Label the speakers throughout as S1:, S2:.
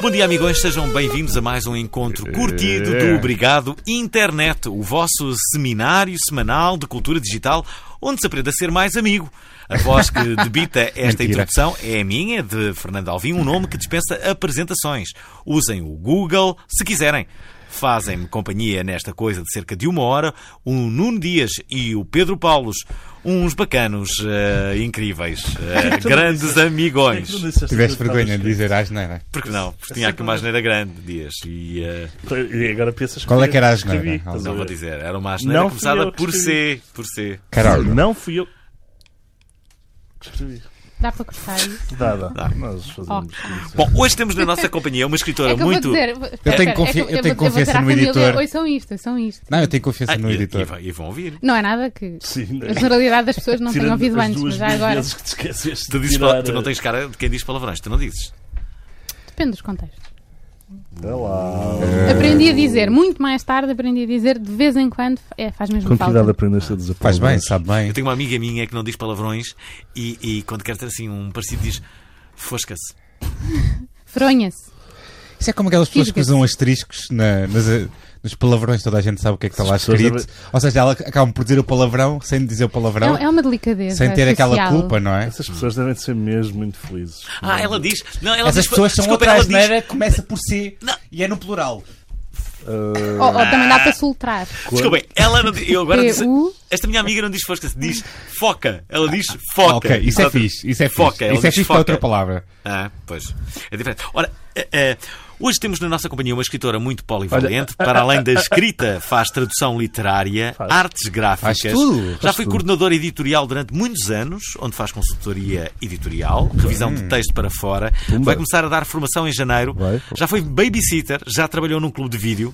S1: Bom dia, amigões. Sejam bem-vindos a mais um encontro curtido do Obrigado Internet, o vosso seminário semanal de cultura digital, onde se aprende a ser mais amigo. A voz que debita esta
S2: Mentira.
S1: introdução é a minha, de Fernando Alvim, um nome que dispensa apresentações. Usem o Google se quiserem. Fazem-me companhia nesta coisa de cerca de uma hora o Nuno Dias e o Pedro Paulos, uns bacanos eh, incríveis, eh, grandes amigões.
S2: Tiveste vergonha de dizer asneira.
S1: Porque não? Porque
S3: É
S1: tinha aqui uma asneira grande, Dias. E eh,
S3: E agora pensas que
S2: Qual é
S3: fui
S2: que era
S3: eu
S2: a
S3: escrevi,
S2: asneira?
S3: estás a
S1: não
S3: ver?
S1: vou dizer, era uma asneira
S3: Não fui eu
S1: começada
S3: que
S1: por C.
S3: escrevi.
S1: Por C.
S2: Caralho.
S3: Não fui eu que escrevi.
S4: Dá para cortar isso?
S3: Dá, dá. Nós fazemos isso.
S1: Bom, hoje temos na nossa companhia uma escritora
S4: é que eu
S1: muito.
S4: vou dizer.
S2: tenho
S4: espera,
S2: confi-
S4: que
S2: eu tenho
S4: vou-
S2: confiança
S4: vou dizer à
S2: no
S4: família,
S2: editor.
S4: Oi, são isto, oi, são isto.
S2: Não, é? eu tenho confiança
S1: Ah,
S2: no
S1: e-
S2: editor.
S1: e vão- E, vão ouvir.
S4: Não é nada que
S3: Sim, né?
S4: a generalidade das pessoas não
S3: Tirando
S4: tenham ouvido
S3: as
S4: antes,
S3: duas
S4: mas já
S3: mil
S4: agora.
S3: vezes que te esqueceste
S1: Tu,
S3: de
S1: dizes,
S3: tirar,
S1: tu não
S3: eh,
S1: tens cara de quem diz palavrões, tu não dizes.
S4: Depende dos contextos.
S3: olha lá.
S4: Aprendi a dizer, muito mais tarde aprendi a dizer, de vez em quando, é, faz mesmo
S3: Com que idade
S4: falta.
S3: aprendeste a dizer
S2: Faz bem,
S3: palavras?
S2: sabe bem.
S1: Eu tenho uma amiga minha que não diz palavrões e, e quando quer ter assim um parecido diz fosca-se.
S4: Fronha-se.
S2: Isso é como aquelas pessoas que
S4: Fisga-se.
S2: usam asteriscos na- nas, nos palavrões, toda a gente sabe o que é que está lá
S3: As pessoas
S2: escrito. Ou seja, ela acabam por dizer o palavrão sem dizer o
S4: É,
S2: palavrão,
S4: é uma delicadeza.
S2: sem ter aquela
S4: social.
S2: culpa, não é?
S3: Essas pessoas devem ser mesmo muito felizes.
S4: é
S3: é?
S1: Ah, ela diz. Não, ela
S2: Essas
S1: diz,
S2: pessoas são
S1: desculpa,
S2: outra
S1: ela diz-
S2: asneira, começa por si
S1: Não.
S2: e é no plural. é?
S3: Ah,
S4: Ou, ou também dá para soltar.
S1: Desculpem, ela não diz. Eu agora disse-
S4: P.U..
S1: Esta minha amiga não diz fosca-se, diz foca. Ela diz foca.
S2: ok, isso é
S1: Exato.
S2: fixe. Isso é fixe.
S1: Foca, ela
S2: isso é
S1: diz
S2: fixe para
S1: foca.
S2: outra palavra.
S1: Ah, pois. É diferente. Ora, eh, eh, hoje temos na nossa companhia uma escritora muito polivalente.
S3: Olha,
S1: para além da escrita, faz tradução literária,
S3: Faz.
S1: artes gráficas.
S2: Faz tudo,
S1: Já foi coordenadora editorial durante muitos anos, onde faz consultoria editorial, revisão
S2: Hum.
S1: de texto para fora.
S3: Pumba.
S1: Vai começar a dar formação em janeiro.
S3: Vai.
S1: Já foi babysitter, já trabalhou num clube de vídeo.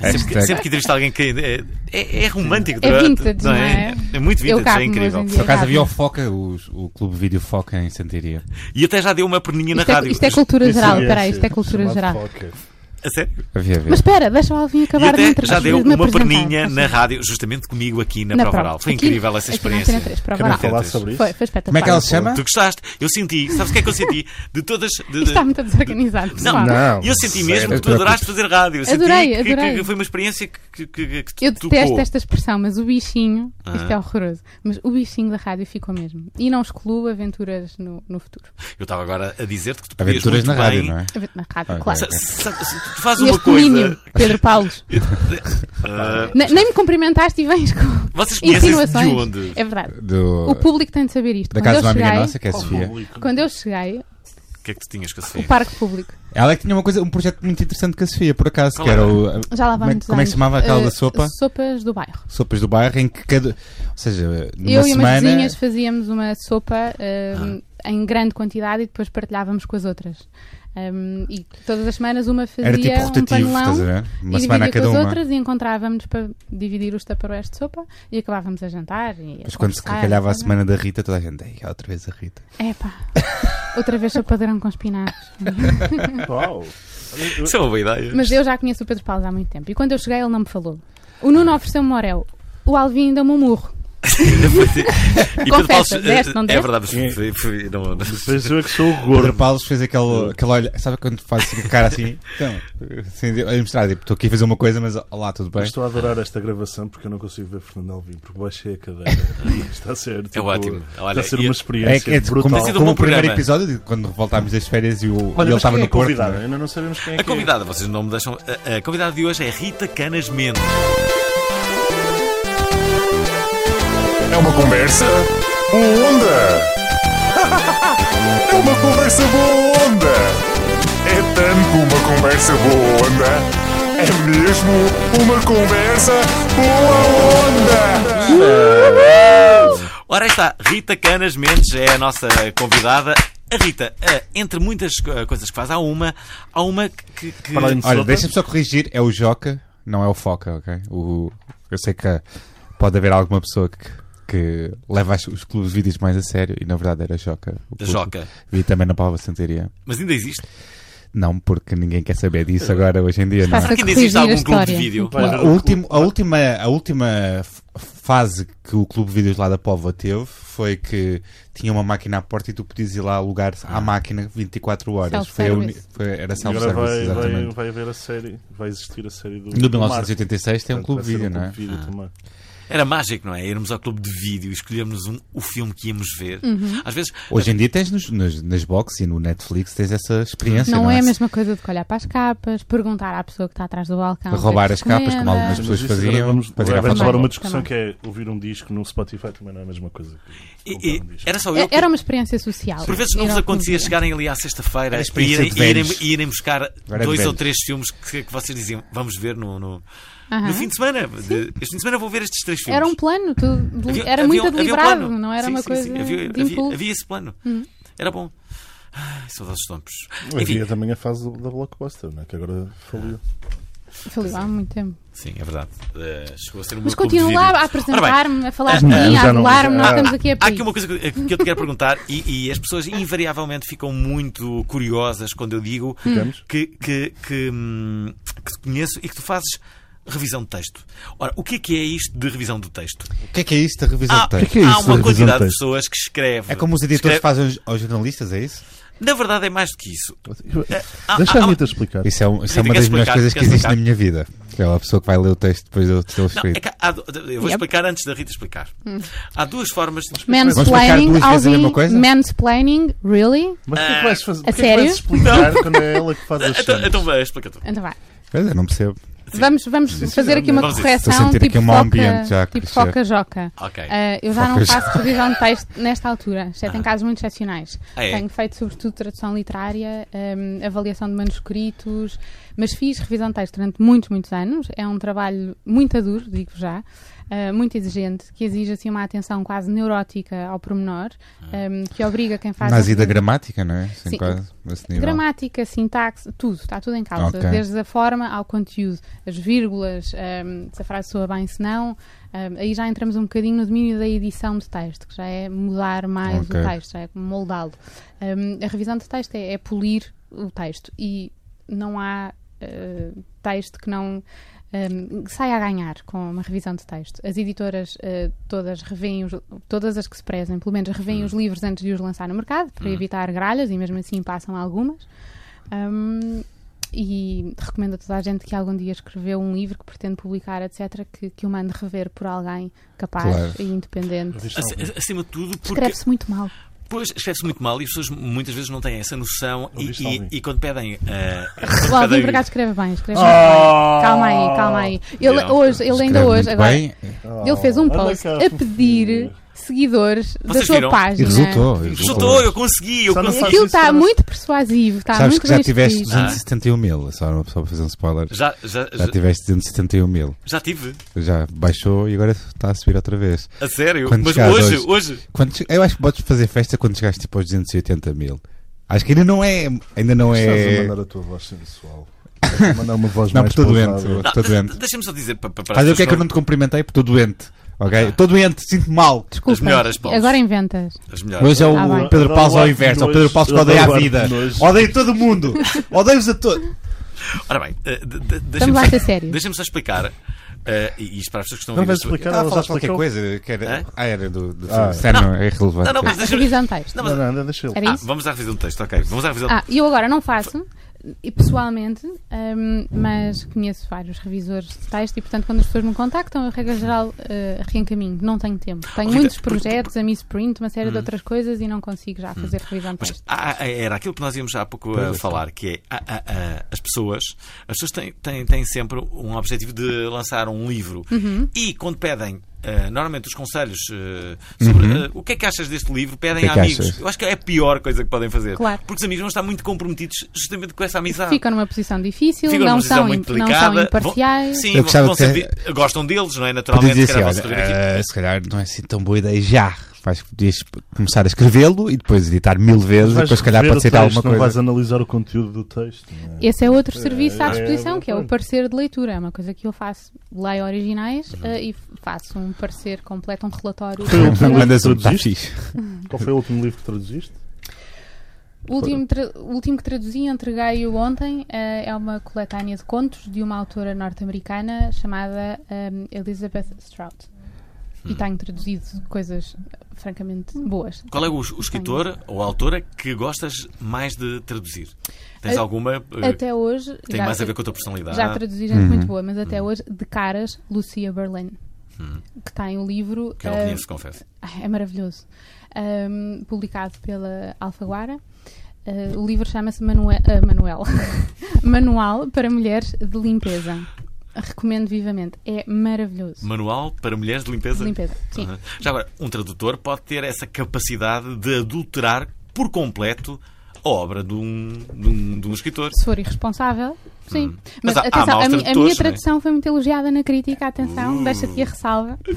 S1: Sempre que,
S2: Hashtag.
S1: sempre que entrevista alguém que. É, é- é romântico,
S4: É
S1: não
S4: vintage, não é?
S1: É muito
S4: Eu
S1: vintage, é
S4: cago-me
S1: incrível.
S4: hoje em
S2: Por acaso
S4: Exato.
S2: havia o Foca, o, o clube vídeo Foca em Santiria.
S1: E até já deu uma perninha na
S4: Isto é,
S1: rádio.
S4: isto é cultura
S3: isso
S4: geral,
S3: devia
S4: peraí,
S3: ser
S4: isto é cultura
S3: chamado
S4: geral.
S3: foca.
S1: A sério?
S2: Havia, havia.
S4: Mas espera, deixa o Alvin
S1: E
S4: acabar
S1: até
S4: de entre-
S1: já deu
S4: de me
S1: uma
S4: apresentar,
S1: perninha
S4: faz
S1: na
S4: favor.
S1: rádio, justamente comigo aqui na,
S4: Na
S1: Prova
S4: prova.
S1: Oral. Foi
S4: Aqui-
S1: incrível essa
S4: aqui na
S1: experiência.
S4: Antena três, Prova
S1: Que não
S4: Oral.
S3: Falar
S1: tentas.
S3: sobre isso?
S4: Foi, foi espetacular.
S2: Como é que ela se chama?
S1: Tu gostaste? Eu senti. Sabes o que é que eu senti? De todas. de-
S4: Isto está muito desorganizado.
S1: Não,
S4: pessoal.
S3: Não,
S1: eu senti
S3: sério,
S1: mesmo que tu
S2: não te
S1: adoraste fazer rádio. Eu senti
S4: Adorei,
S1: que- que,
S4: adorei.
S1: que foi uma experiência que, que, que, que te
S4: Eu
S1: tocou.
S4: detesto esta expressão, mas o bichinho, isto
S1: Ah.
S4: é horroroso, mas o bichinho da rádio ficou mesmo. E não excluo aventuras no, no futuro.
S1: Eu estava agora a dizer-te que tu podias
S2: Aventuras
S1: muito
S2: na rádio,
S1: bem.
S2: não é?
S4: Avent- Na rádio,
S2: Ah,
S4: claro.
S1: Sa- sa- sa- Tu fazes
S4: E
S1: uma
S4: este domínio,
S1: coisa.
S4: Pedro Paulos.
S1: Ah,
S4: Ne- nem me cumprimentaste e vens com
S1: vocês conhecem é de
S4: insinuações.
S1: onde?
S4: É verdade.
S2: Do,
S4: O público tem de saber isto.
S2: da
S4: Quando
S2: casa de
S4: eu,
S2: uma amiga
S4: cheguei,
S2: nossa, que é a Sofia.
S4: quando eu cheguei,
S1: O que é que tu tinhas que
S4: o
S1: fazer?
S4: parque público.
S2: Ela é que tinha uma coisa, um projeto muito interessante com a Sofia, por acaso,
S1: Qual
S2: que era
S1: era?
S2: o.
S4: Já lá
S2: como é,
S4: vamos.
S2: que- como é que se chamava aquela da sopa?
S4: Sopas do bairro.
S2: Sopas do bairro, em que cada. Ou seja, numa
S4: eu e umas
S2: semana. Ah.
S4: vizinhas fazíamos uma sopa hum, em grande quantidade e depois partilhávamos com as outras. Hum, e todas as semanas uma fazia
S2: era tipo
S4: um
S2: rotativo,
S4: panelão
S2: estás a ver? Uma
S4: e
S2: semana a
S4: dividia
S2: cada
S4: com
S2: uma.
S4: as outras e encontrávamos para dividir os taparoés de sopa e acabávamos a jantar. E a
S2: Mas quando se
S4: conversar,
S2: calhava a
S4: sabe?
S2: semana da Rita, toda a gente. Ei, outra vez a Rita.
S4: Epá, outra vez sou padrão com espinacos.
S3: Uau.
S1: Isso é uma boa ideia.
S4: Mas eu já conheço o Pedro Paulo há muito tempo e quando eu cheguei ele não me falou. O
S2: Ah.
S4: Nuno ofereceu-me um orel. O Alvin deu-me um murro.
S1: E Pedro Paulo,
S4: Confessa, deste, não
S1: É
S4: deste?
S1: verdade, foi- foi- foi- não- não-
S3: Depois eu é que sou o
S2: Pedro
S3: gordo.
S2: Paulo fez aquele, aquele olho. Sabe quando faz assim, com a cara assim? Então, assim, a mostrar, tipo, estou aqui a fazer uma coisa, mas olá, tudo bem?
S3: Estou a adorar esta gravação porque eu não consigo ver Fernando Alvim, porque baixei a cadeira. E está a ser, tipo,
S1: É ótimo. Olha,
S3: está a ser
S1: e- é
S3: uma
S2: É
S3: experiência
S2: tipo, como,
S3: brutal.
S1: Tem sido um
S2: como
S1: bom
S2: o primeiro
S1: programa.
S2: episódio, de quando voltámos das férias e, o, e
S3: Olha,
S2: ele
S3: mas
S2: estava
S3: quem é
S2: no
S3: a
S2: Porto.
S3: convidada?
S2: não é?
S3: Ainda não sabemos quem é
S1: A
S3: que é.
S1: convidada, vocês não me deixam. A, a convidada de hoje é Rita Canas Mendes.
S5: É uma conversa boa onda. É uma conversa boa onda. É tanto uma conversa boa onda. É mesmo uma conversa boa onda.
S1: Ora aí está, Rita Canas Mendes é a nossa convidada. A Rita, eh, entre muitas eh, coisas que faz, há uma, há uma que. que-
S3: Para além de
S2: Olha,
S3: sopa,
S2: deixa-me só corrigir, é o Joca, não é o Foca, ok? O, eu sei que pode haver alguma pessoa que, que leva as- os clubes de vídeos mais a sério e na verdade era Joca. O clube
S1: Joca.
S2: que Vi também na Palavra Santaria.
S1: Mas ainda existe.
S2: Não, porque ninguém quer saber disso agora, hoje em dia, não
S4: Está-se
S1: Será
S2: é?
S1: que ainda existe
S4: corrigir a
S1: algum clube de
S4: história.
S1: vídeo?
S2: A, última, a última, a última f- fase que o Clube de Vídeos lá da Póvoa teve foi que tinha uma máquina à porta e tu podias ir lá alugar à máquina 24 horas. Foi a uni-
S4: Self-service.
S2: foi- era
S3: Ah. Agora
S2: self-service,
S3: vai, vai,
S2: exatamente.
S3: vai haver a série, vai existir a série do.
S2: No
S3: do Marco.
S2: 1986 tem um
S3: Portanto,
S2: clube
S3: vai ser
S2: vídeo,
S3: um
S2: não é?
S3: clube vídeo também.
S1: Era mágico, não é? Irmos ao clube de vídeo e escolhermos um, o filme que íamos ver.
S4: Uhum.
S1: Às vezes,
S2: Hoje em dia tens nos, nos- nas boxes e no Netflix tens essa experiência. Não,
S4: Não é a mesma coisa do que olhar para as capas, perguntar à pessoa que está atrás do balcão. o que é
S2: Roubar
S4: que
S2: as capas, como
S4: recomenda.
S2: algumas
S3: Mas
S2: pessoas
S3: isso agora
S2: faziam
S3: Vamos,
S2: para tirar
S3: vamos
S2: fotos
S3: agora
S2: ao balcão.
S3: uma discussão que é ouvir um disco no Spotify também não é a mesma coisa. Que
S1: e-
S3: comprar
S1: e-
S3: um disco.
S1: era só eu.
S4: É- Era uma experiência social.
S1: Por vezes não
S4: Era um
S1: vos
S4: o que me
S1: acontecia
S4: dizia.
S1: chegarem ali à sexta-feira
S2: Era a
S1: e
S2: experiência
S1: irem,
S2: de
S1: e irem,
S2: velhos.
S1: e irem buscar
S2: de
S1: dois ou
S2: velhos.
S1: três filmes que, que vocês diziam vamos ver no, no,
S4: Aham.
S1: no fim de semana. De- este fim de semana vou ver estes três filmes.
S4: Era um plano, tu-
S1: Havia-
S4: era
S1: havia um-
S4: muito
S1: havia um
S4: deliberado,
S1: plano.
S4: não era
S1: Sim,
S4: uma
S1: sim,
S4: coisa
S1: sim. Havia,
S4: de um Hum.
S1: havia-
S4: impulso.
S1: havia esse plano. Era bom. Ai, saudades de tempos. Enfim,
S3: Havia também é a fase do- da blockbuster, né? que agora faliu.
S1: Hum.
S4: Falei há muito tempo.
S1: sim, é verdade. Eh, chegou a ser um
S4: Mas
S1: clube de
S4: continuo
S1: vídeo.
S4: lá a
S1: Ora bem,
S4: apresentar-me, a falar de
S3: Não,
S4: mim,
S3: já
S4: a
S3: não-
S4: anular-me, nós
S3: já-
S4: estamos aqui a
S1: Há
S4: pedir.
S1: aqui uma coisa que que eu te quero perguntar, e, e as pessoas invariavelmente ficam muito curiosas quando eu digo
S4: Hum.
S3: Ficamos?
S1: que, que, que, hum, que te conheço e que tu fazes revisão de texto. Ora, o que é que é isto de revisão do texto?
S2: O que é que é isto da revisão
S1: há,
S2: de texto?
S3: que é
S1: há
S3: isso de
S1: uma
S3: revisão
S1: quantidade
S3: de
S1: de
S3: texto?
S1: pessoas que escrevem.
S2: É como os
S1: Ah,
S2: editores
S1: Escreve-
S2: fazem aos, aos jornalistas, é isso?
S1: Na verdade, é mais do que isso. Ah,
S3: Eh, Deixa
S1: ah,
S3: a Rita explicar.
S2: Isso é, um- isso é
S1: Rita,
S2: uma
S1: queres
S2: das melhores
S1: explicar?
S2: coisas que
S1: Queres
S2: existe na
S1: explicar?
S2: minha vida. Que é a pessoa que vai ler o texto depois de eu tê-lo
S1: Não, é
S2: escrito.
S1: que há do- eu vou
S4: Yep. Hum.
S1: explicar antes da Rita explicar. Há duas formas.
S2: Vamos
S4: Mansplaining,
S2: explicar duas vezes a mesma
S4: Alvin,
S2: coisa?
S4: mansplaining, really?
S3: Mas o que é que vais fazer?
S4: a
S3: Porquê é que vais
S4: sério?
S3: explicar quando é ela que faz as
S1: Ah, Então,
S3: cenas?
S1: então vai, explica tu.
S4: Então vá.
S2: Pois é, não percebo.
S4: Vamos, vamos fazer aqui uma
S1: Vamos a isso.
S2: Estou a
S4: correção
S2: sentir aqui
S4: tipo
S2: um mau ambiente já,
S4: foca, tipo
S2: Cristiano.
S4: foca joca.
S1: Ok.
S4: Ah, eu já não
S2: Foca-joca.
S4: faço revisão de texto nesta altura, exceto em casos muito excepcionais.
S1: Ah, é?
S4: Tenho feito sobretudo tradução literária, ahm, avaliação de manuscritos, mas fiz revisão de texto durante muitos, muitos anos. É um trabalho muito aduro, digo já, ah, muito exigente, que exige assim uma atenção quase neurótica ao pormenor,
S1: Ah.
S4: ahm, que obriga quem faz. a
S2: Mas e da
S4: revisão-
S2: gramática, não é? Assim,
S4: Sim.
S2: quase, nesse nível.
S4: Gramática, sintaxe, tudo, está tudo em causa.
S2: Ok.
S4: Desde a forma ao conteúdo, as vírgulas, ahm, se a frase soa bem, se não. ahm, aí já entramos um bocadinho no domínio da edição de texto, que já é mudar mais
S2: Ok.
S4: o texto, já é moldá-lo. Ahm, a revisão de texto é, é polir o texto e não há eh, texto que não ehm, que saia a ganhar com uma revisão de texto. As editoras eh, todas revêem, os- todas as que se prezem, pelo menos revêem
S2: Hum.
S4: os livros antes de os lançar no mercado, para evitar gralhas, e mesmo assim passam algumas. Ahm, e recomendo a toda a gente que algum dia escreveu um livro que pretende publicar, etc., que, que o mande rever por alguém capaz
S2: Claro.
S4: e independente.
S3: é um
S1: Ac- Acima de tudo, porque
S4: Escreve-se muito mal.
S1: Pois, escreve-se muito mal e as pessoas muitas vezes não têm essa noção e,
S3: Ouviste
S1: e-
S3: alguém?
S1: e quando pedem... eh,
S4: O
S1: quando
S4: Alvin
S1: pedem-
S4: por acaso escreve bem, escreve muito bem. Calma aí, calma aí. Ele,
S1: Yeah.
S4: hoje, ele ainda
S2: Ah! Escreve
S4: hoje,
S2: muito
S4: agora,
S2: bem
S4: ele fez um
S3: Olha é
S4: post
S3: Ah, cá,
S4: a pedir seguidores da
S1: Vocês
S4: sua
S1: viram?
S2: e
S4: página.
S2: resultou. e
S1: Resultou, eu consegui, eu
S3: Só não
S1: consegui.
S3: Faz
S4: Aquilo
S3: isso,
S4: está
S3: faz.
S4: muito persuasivo, está
S2: Sabes
S4: Tá muito
S2: que já
S4: bem
S2: tiveste
S4: escrito.
S1: Ah.
S2: 271 mil. Só uma pessoa para fazer um spoiler.
S1: Já, já, já,
S2: Já tiveste 271 mil.
S1: já tive,
S2: Já baixou e agora está a subir outra vez.
S1: a sério.
S2: Quando
S1: Mas
S2: chegares
S1: hoje,
S2: hoje-
S1: hoje...
S2: Quando che- eu acho que podes fazer festa quando chegares tipo aos 280 mil. Acho que ainda não é. Ainda não
S3: Estás
S2: é.
S3: a mandar a tua voz sensual. Estás a mandar uma voz
S2: Não,
S3: mais
S2: porque estou doente.
S3: pausada.
S2: Estou doente.
S1: Deixa-me só dizer para, para- para as
S2: Olha o que é que eu
S1: pessoas
S2: não te cumprimentei porque estou doente. Ok? Estou doente, sinto mal.
S4: Desculpa,
S1: As melhoras, Paulo.
S4: agora inventas.
S1: as melhores.
S2: Hoje é o
S4: Tá bem.
S2: Pedro
S3: Adoro
S2: Paus
S3: o ar
S2: ao
S3: de
S2: inverso. É o
S3: nojo.
S2: Pedro Paus que odeia
S3: Adoro o
S2: a
S3: ar de
S2: vida.
S3: nojo.
S2: Odeio todo mundo. Odeio-vos a todos.
S1: Ora bem, eh, de- de-
S4: Estamos
S1: deixa-me
S4: lá a
S1: só,
S4: ser sérios.
S1: deixa-me só explicar, eh, e isto para as pessoas que estão
S3: Não
S1: a ouvir
S3: vais
S1: isto-
S3: explicar,
S2: Estava a
S3: ela já
S2: falar de qualquer
S3: explicou.
S2: coisa que era.
S1: Hã?
S2: Ah, era do. do
S3: Ah.
S2: Isso é, não, é irrelevante.
S1: Não, não, mas deixa-me...
S4: Ah, Revisão de texto.
S1: Não, mas-
S3: Não, não, não, deixa ele.
S4: Era
S1: Ah,
S4: É isso?
S1: vamos à revisão de texto, ok. Vamos à revisão
S4: Ah, e eu agora não faço, e pessoalmente, hum, mas conheço vários revisores de texto e, portanto, quando as pessoas me contactam, eu, regra geral, eh, reencaminho. Não tenho tempo. Tenho
S1: Rita,
S4: muitos
S1: porque- Hum.
S4: projetos, a Miss Print, uma série de outras coisas e não consigo já fazer revisão de
S1: Mas
S4: texto.
S1: há- há- Ah, é, era aquilo que nós íamos há pouco a falar, que é há- há- há- as pessoas, as pessoas têm, têm, têm sempre um objetivo de lançar um livro
S4: Uhum.
S1: e quando pedem. eh, normalmente os conselhos eh, sobre eh, o que é que achas deste livro pedem
S2: Uhum.
S1: a
S2: O que é que
S1: amigos.
S2: achas?
S1: Eu acho que é a pior coisa que podem fazer.
S4: Claro.
S1: Porque os amigos vão estar muito comprometidos justamente com essa amizade.
S4: Ficam numa posição difícil,
S1: Ficam numa
S4: não,
S1: posição
S4: são,
S1: muito
S4: im- não
S1: delicada.
S4: são
S1: Vão-
S4: imparciais.
S1: Sim,
S2: Eu gostava
S1: vão
S2: de
S1: saber- gostam deles, não é? Naturalmente,
S2: Podia
S1: se
S2: dizer
S1: calhar
S2: assim,
S1: vão
S2: olha,
S1: escrever aqui.
S2: "Ah, se calhar não é assim tão boa ideia já. Vais, podias começar a escrevê-lo e depois editar mil vezes e
S3: Vais
S2: depois se calhar
S3: rever
S2: pode
S3: o
S2: ser
S3: texto,
S2: alguma
S3: Não vais
S2: coisa.
S3: analisar o conteúdo do texto. não é?
S4: Esse é outro serviço à
S3: é,
S4: disposição, que é o
S3: pronto.
S4: parecer de leitura. É uma coisa que eu faço, leio originais
S1: Uhum.
S4: eh, e faço um parecer completo, um relatório.
S3: Foi o
S4: completo.
S2: Mandas um, tá
S3: Traduziste?
S2: fixe.
S3: Qual foi o último livro que traduziste?
S4: O último, tra- o último que traduzi e entreguei-o ontem eh, é uma coletânea de contos de uma autora norte-americana chamada eh, Elizabeth Strout.
S1: Uhum.
S4: e tenho traduzido coisas francamente boas.
S1: Qual é o, o escritor ou a autora que gostas mais de traduzir? Tens
S4: A-
S1: alguma eh, que
S4: Até hoje.
S1: tem
S4: já-
S1: mais a ver com a Uhum. tua personalidade?
S4: Já traduzi gente muito boa, mas até hoje, de caras, Lucia Berlin, que tem o livro.
S1: Uhum. Que eu não
S4: eh,
S1: conheço, confesso.
S4: ah, é maravilhoso. Ahm, publicado pela Alfaguara. Ah, o livro chama-se Manue- ah, Manuel. Manual para Mulheres de Limpeza. Recomendo vivamente. É maravilhoso.
S1: Manual para mulheres de limpeza?
S4: De limpeza, sim.
S1: Uhum. Já agora, um tradutor pode ter essa capacidade de adulterar por completo a obra de um, de um, de um escritor.
S4: Se for irresponsável, sim.
S1: Hum. Mas
S4: Mas,
S1: há- há
S4: atenção,
S1: maus
S4: a, mi- a
S1: tradutores,
S4: minha
S1: não é? Uh.
S4: tradução foi muito elogiada na crítica. Atenção, deixa aqui a ressalva.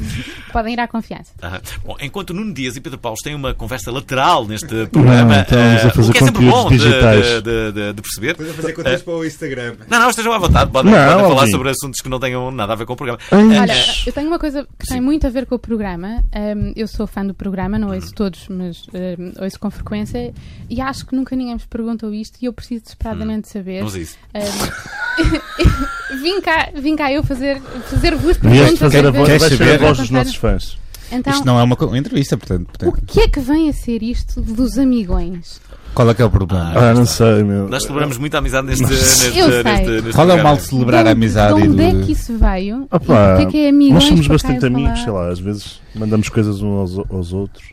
S4: Podem ir à confiança.
S1: Ah, Bom, enquanto Nuno Dias e Pedro Paulo têm uma conversa lateral neste programa,
S6: estamos
S1: ah,
S6: então a fazer
S1: o que é sempre
S6: conteúdos
S1: bom de,
S6: digitais.
S1: de- de- de- de perceber. Eh,
S7: Estás a fazer contas para o Instagram.
S1: Não, não, estejam à vontade, podem,
S6: Não,
S1: podem falar
S6: Alvin.
S1: sobre assuntos que não tenham nada a ver com o programa.
S4: Olha,
S1: Ah,
S4: eu tenho uma coisa que tem muito a ver com o programa. Ahm, eu sou fã do programa, não ouço todos, mas ahm, ouço com frequência. E acho que nunca ninguém me perguntou isto e eu preciso desesperadamente saber.
S1: Vamos a isso.
S4: Ahm, vim, cá, vim cá eu fazer- fazer-vos
S6: Vieste
S4: perguntas.
S6: fazer a
S4: para
S6: voz,
S4: ver-
S6: vais
S4: para
S6: saber
S4: ver
S6: a voz
S4: se
S3: Os
S4: vocês-
S3: nossos fãs.
S4: Então,
S2: Isto não é uma, co- uma entrevista, portanto.
S4: o
S2: portanto,
S4: que é que vem a ser isto dos amigões?
S2: Qual é que é o problema?
S3: Ah, não sei, meu.
S1: Nós celebramos muito a amizade neste, neste,
S4: Eu
S1: neste,
S4: sei.
S1: neste
S2: Qual é o
S1: programa.
S2: mal de celebrar a
S4: De onde-
S2: amizade
S4: De
S2: e
S4: onde
S2: do...
S4: é que isso veio?
S3: Ah,
S4: E
S3: pá,
S4: o que é que é amigões?
S3: Nós somos
S4: para cá
S3: bastante
S4: eu falar?
S3: amigos, sei lá, às vezes mandamos coisas uns aos, aos outros.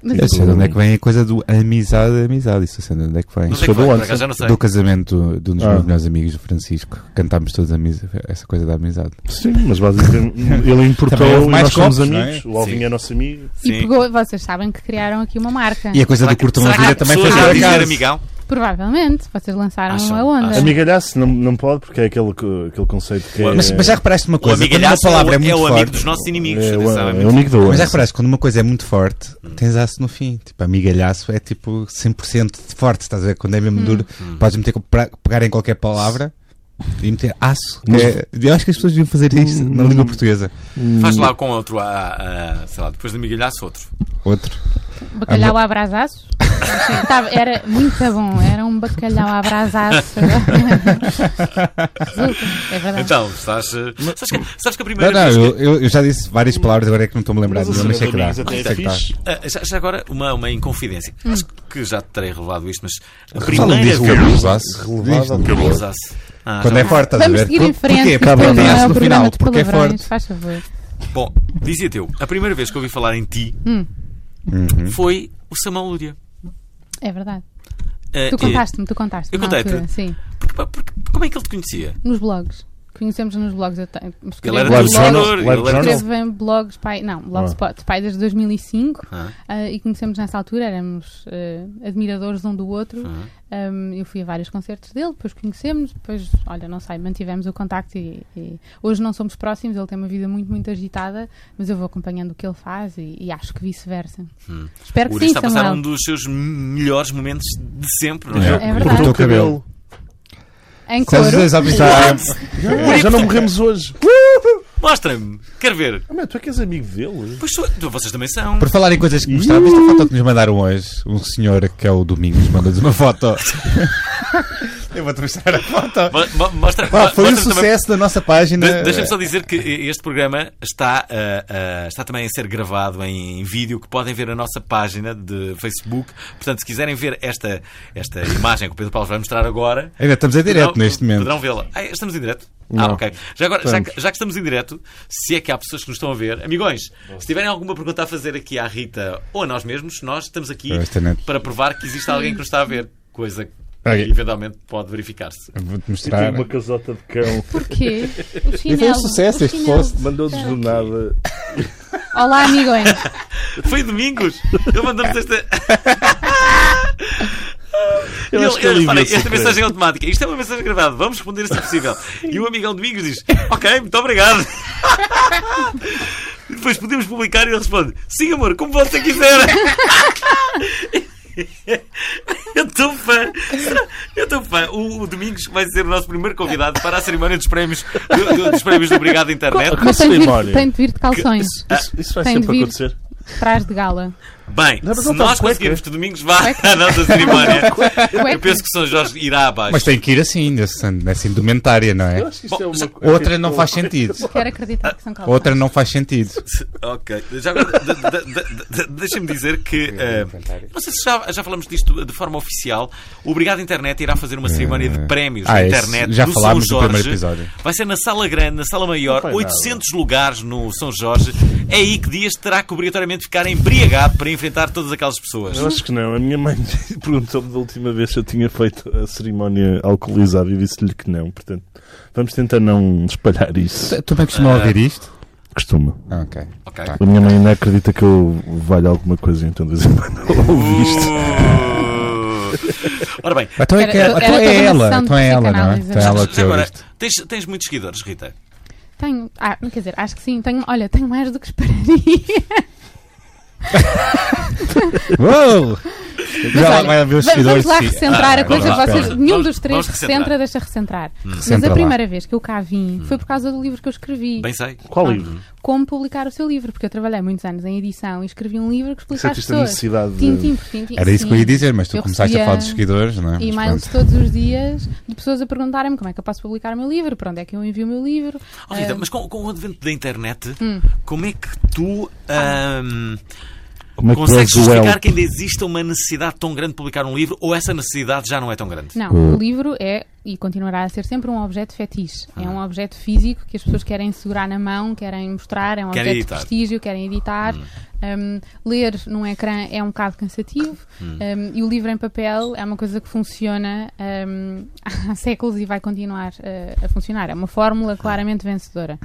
S4: Mas-
S2: Eu sei de onde é que vem a coisa do amizade, amizade. Isso eu sei de onde é que vem.
S1: então- Não sei
S3: Isso
S1: que
S3: foi
S1: vai,
S3: do
S1: por acaso
S3: Anderson.
S1: já não sei.
S2: Do casamento de um dos
S3: Ah.
S2: meus melhores amigos, o Francisco. Cantámos todos a amizade, essa coisa da amizade.
S4: Ah.
S3: Sim, mas basicamente ele
S2: Também
S3: importou
S2: houve
S3: e
S2: mais
S3: nós somos
S2: copos, não é?
S3: amigos. O Alvin
S1: Sim.
S3: é nosso amigo.
S4: E
S1: Sim.
S4: pegou, vocês sabem que criaram aqui uma marca.
S2: E é- a coisa
S1: Será
S2: do
S1: que-
S2: curtam a
S1: será que
S2: vida
S1: há
S2: também foi
S1: pessoas a
S2: por
S1: dizer
S2: acaso.
S1: amigão?
S4: Provavelmente, vocês lançaram
S1: Acham-
S4: uma onda.
S1: acham-
S3: Amigalhaço não, não pode porque é aquele, co- aquele conceito que é.
S2: Mas, mas já reparaste uma
S1: O
S2: coisa? Quando uma
S1: amigalhaço
S2: palavra é
S1: é,
S2: muito
S1: o amigo
S2: forte...
S1: dos nossos inimigos.
S3: é, o-
S1: atenção, é
S3: é o
S1: muito-
S3: amigo do
S2: Mas já
S3: Anderson.
S2: reparaste, quando uma coisa é muito forte, tens aço no fim. Tipo, amigalhaço é tipo 100% de forte, estás a ver? Quando é
S4: Hum.
S2: mesmo duro, podes meter, co- pra- pegar em qualquer palavra e meter aço.
S3: Mas-
S2: É, eu acho que as pessoas deviam fazer isto na língua portuguesa.
S1: Faz lá com outro, ah, ah, sei lá, depois de amigalhaço, outro.
S2: Outro.
S4: Bacalhau à brasaço? Sim, tava- era muito bom, era um bacalhau à brasaço. Resulta, é verdade.
S1: Então, estás. eh, Sabes que, sabes que a
S2: Não,
S1: primeira
S2: não,
S1: vez. que-
S2: eu, eu- eu já disse várias palavras, agora é que não estou-me a lembrar
S3: Mas
S2: de
S3: o
S2: nenhuma, mas sei
S3: Senhor
S2: que dá.
S3: Domingos até é
S2: Sei que dá.
S3: fixe.
S1: Ah, já, já agora uma, uma inconfidência. Acho que já te terei revelado isto, mas a
S2: Falam
S1: primeira
S2: disso,
S4: é
S1: vez.
S2: o aço.
S3: Relevado.
S2: Diz-me.
S1: Cabelos-aço. Ah,
S2: um Quando
S1: já
S2: é
S1: me-
S2: forte, estás a
S4: Vamos
S2: ver?
S4: seguir em
S2: Por-
S4: frente,
S2: Porquê?
S4: que
S2: Porque
S4: isto
S2: tem
S4: é
S2: aço
S4: um
S2: no final,
S4: programa de
S2: porque é
S4: palavrões,
S2: forte.
S4: faz favor.
S1: Bom, dizia-te eu, a primeira vez que ouvi falar em ti
S4: Hum,
S2: Uhum. Hum?
S1: foi o Samuel Lúria.
S4: É verdade.
S1: Ah,
S4: Tu
S1: eh,
S4: contaste-me, tu contaste-me.
S1: Eu
S4: na
S1: contei-te.
S4: altura, Sim,
S1: porque- porque- como é que ele te conhecia?
S4: nos blogs. Conhecemos nos blogs. Eu tenho,
S1: Ele era
S4: escrevo
S3: Live
S4: blogs,
S3: Journal?
S1: jogador. Ele
S3: Live
S1: era
S3: Journal?
S4: Escrevo em blogs, pai, não, blogspot, pai desde 2005
S1: Ah.
S4: ah, e conhecemos nessa altura, éramos ah, admiradores um do outro.
S1: ah.
S4: Ahm, eu fui a vários concertos dele, depois conhecemos, depois, olha, não sei, mantivemos o contacto e, e hoje não somos próximos, ele tem uma vida muito, muito agitada, mas eu vou acompanhando o que ele faz e, e acho que vice-versa.
S1: O
S4: Espero que
S1: Hum. Uri
S4: sim,
S1: está a passar
S4: Samuel.
S1: um dos seus melhores momentos de sempre, não é?
S4: É
S3: Cortou
S4: verdade.
S2: Cortou o cabelo. Se
S4: Em
S2: os
S4: couro.
S2: dois homens já-
S3: Ah, já não morremos hoje.
S1: Mostra-me, quero ver.
S3: Ah, meu, tu é que és amigo dele.
S1: Pois sou- tu- vocês também são.
S2: Por falar em coisas que gostavam, esta foto que nos mandaram hoje, um senhor que é o Domingos mandou-nos uma foto. Eu vou-te mostrar a foto.
S1: Mo- mo- Mostra,
S2: Pá,
S1: mo-
S2: foi um
S1: mostra-me também-
S2: sucesso né? da nossa página.
S1: De- Deixa-me só dizer que este programa está, ah, ah, está também a ser gravado em, vídeo, que podem ver na nossa página de Facebook. Portanto, se quiserem ver esta, esta imagem que o Pedro Paulo vai mostrar agora.
S2: Ainda estamos em direto
S1: poderão-
S2: neste momento.
S1: Poderão vê-la. Ah, estamos em direto? Ah, ok. Já, agora, já, que- já que estamos em direto, se é que há pessoas que nos estão a ver, amigões, se tiverem alguma pergunta a fazer aqui à Rita ou a nós mesmos, nós estamos aqui
S2: Eu, esta noite.
S1: para provar que existe alguém que nos está a ver. Coisa que
S2: Ok.
S1: eventualmente pode verificar-se.
S2: Vou-te
S3: E tem
S2: mostrar.
S3: uma casota de cão.
S4: Porquê? O
S2: E foi um
S4: chinelo,
S2: sucesso
S4: o
S2: este
S4: chinelo.
S2: post.
S3: Mandou-nos do nada.
S4: Olá, amigões.
S1: Foi domingos. Ele mandou-nos esta.
S3: Eu acho que ele
S1: reparem,
S3: enviou sem
S1: esta
S3: querer.
S1: mensagem é automática. Isto é uma mensagem gravada. Vamos responder assim que possível. E o amigão Domingos diz: Ok, muito obrigado. E depois podemos publicar e ele responde: Sim, amor, como você quiser. Eu estou fã. Eu estou fã. O, o Domingos vai ser o nosso primeiro convidado para a cerimónia dos prémios do- do- dos prémios do Obrigado Internet.
S4: Mas tem de vir-
S3: cerimónia.
S4: tem de vir de calções.
S3: Isso, isso vai
S4: Tem de
S3: sempre
S4: vir.
S3: acontecer.
S4: Traz de gala.
S1: Bem,
S3: Não, mas
S1: se
S3: não está
S1: nós
S3: de cueca.
S1: conseguirmos que domingos vá à nossa cerimónia, eu
S4: Cueca.
S1: penso que São Jorge irá abaixo.
S2: Mas tem que ir assim, nessa, nessa indumentária, não
S3: Eu
S2: é?
S3: acho que isto é uma coisa.
S2: Outra não faz sentido.
S4: Quero acreditar que são calças.
S2: Outra não faz sentido.
S1: Ok. Já agora, de- de- de- de- deixa-me dizer que. eh, não sei se já, já falamos disto de forma oficial. O Obrigado Internet irá fazer uma cerimónia de prémios
S2: Ah,
S1: na
S2: esse
S1: internet
S2: já
S1: do
S2: falámos
S1: São
S2: do
S1: Jorge.
S2: primeiro episódio.
S1: Vai ser na sala grande, na sala maior,
S3: foi nada.
S1: 800 lugares no São Jorge. É aí que Dias terá que obrigatoriamente ficar embriagado para enfrentar todas aquelas pessoas.
S3: Eu acho que não. A minha mãe perguntou-me da última vez se eu tinha feito a cerimónia alcoolizada e disse-lhe que não. Portanto, vamos tentar não espalhar isso.
S2: Tu bem costuma ouvir isto?
S3: Costuma.
S2: Ah, ok.
S1: Ok.
S2: Tá.
S3: A minha mãe ainda acredita que eu valho alguma coisa, então de vez em quando ouvi isto.
S1: Uh!
S2: é-
S1: Ora bem,
S2: Então é,
S4: Era-
S2: que- então
S4: era
S2: é
S4: toda
S2: ela,
S4: uma sessão de
S2: então é ela, não é?
S4: psicanálise.
S2: Então é ela que
S1: já
S2: eu
S1: agora,
S2: isto.
S1: tens, tens muitos seguidores, Rita.
S4: Tenho, ah, quer dizer, acho que sim. Tenho, olha, tenho mais do que esperaria.
S2: Uou! Já lá
S4: olha,
S2: vai haver os
S4: va-
S2: seguidores.
S4: Vamos lá
S2: sim.
S4: recentrar
S1: Ah,
S4: a coisa.
S1: vamos lá,
S4: vocês,
S1: vamos-
S4: nenhum
S1: vamos
S4: dos três
S1: recentrar.
S4: recentra, deixa recentrar. Mas é
S2: Recentra
S4: a
S2: lá. Hum.
S4: primeira vez que eu cá vim foi por causa do livro que eu escrevi.
S1: Bem sei.
S3: Qual livro?
S4: Como publicar o seu livro, porque eu trabalhei muitos anos em edição e escrevi um livro que explica às
S3: Sentiste a
S4: pessoas.
S3: necessidade de.
S4: Tintim por tintim.
S2: Era isso que eu ia dizer, mas tu
S4: Eu
S2: começaste a
S4: recebia
S2: falar dos seguidores, não é? Mas
S4: E-mails
S2: pronto.
S4: todos os dias de pessoas a perguntarem-me como é que eu posso publicar o meu livro, para onde é que eu envio o meu livro.
S1: Oh, Rita,
S4: Ah,
S1: mas com, com o advento da internet,
S4: Hum.
S1: como é que tu ahm,
S3: Como é que tu
S1: consegues
S3: és o
S1: justificar
S3: El?
S1: que ainda exista uma necessidade tão grande de publicar um livro ou essa necessidade já não é tão grande?
S4: Não, o livro é e continuará a ser sempre um objeto fetiche. É
S1: Ah.
S4: um objeto físico que as pessoas querem segurar na mão, querem mostrar, é um
S1: Querem
S4: objeto
S1: editar. Hum.
S4: de prestígio, querem editar. Um, ler num ecrã é um bocado cansativo
S1: Hum.
S4: um, e o livro em papel é uma coisa que funciona um, há séculos e vai continuar uh, a funcionar. É uma fórmula claramente vencedora.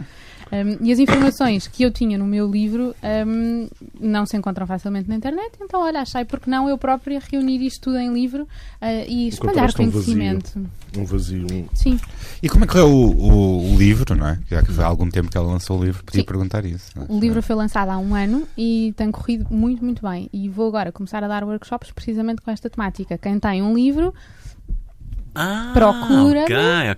S4: Um, e as informações que eu tinha no meu livro um, não se encontram facilmente na internet, então olha, achei porque não eu própria reunir isto tudo em livro uh, e espalhar
S3: contraste é um
S4: conhecimento.
S3: Um vazio. um-
S4: Sim,
S2: E como é que correu o, o- o livro, não é? Já que foi há algum tempo que ela lançou o livro, podia
S4: Sim.
S2: perguntar isso. não é?
S4: o livro foi lançado há um ano e tem corrido muito, muito bem. E vou agora começar a dar workshops precisamente com esta temática. Quem tem um livro,
S1: Ah,
S4: Procura.
S1: Ok,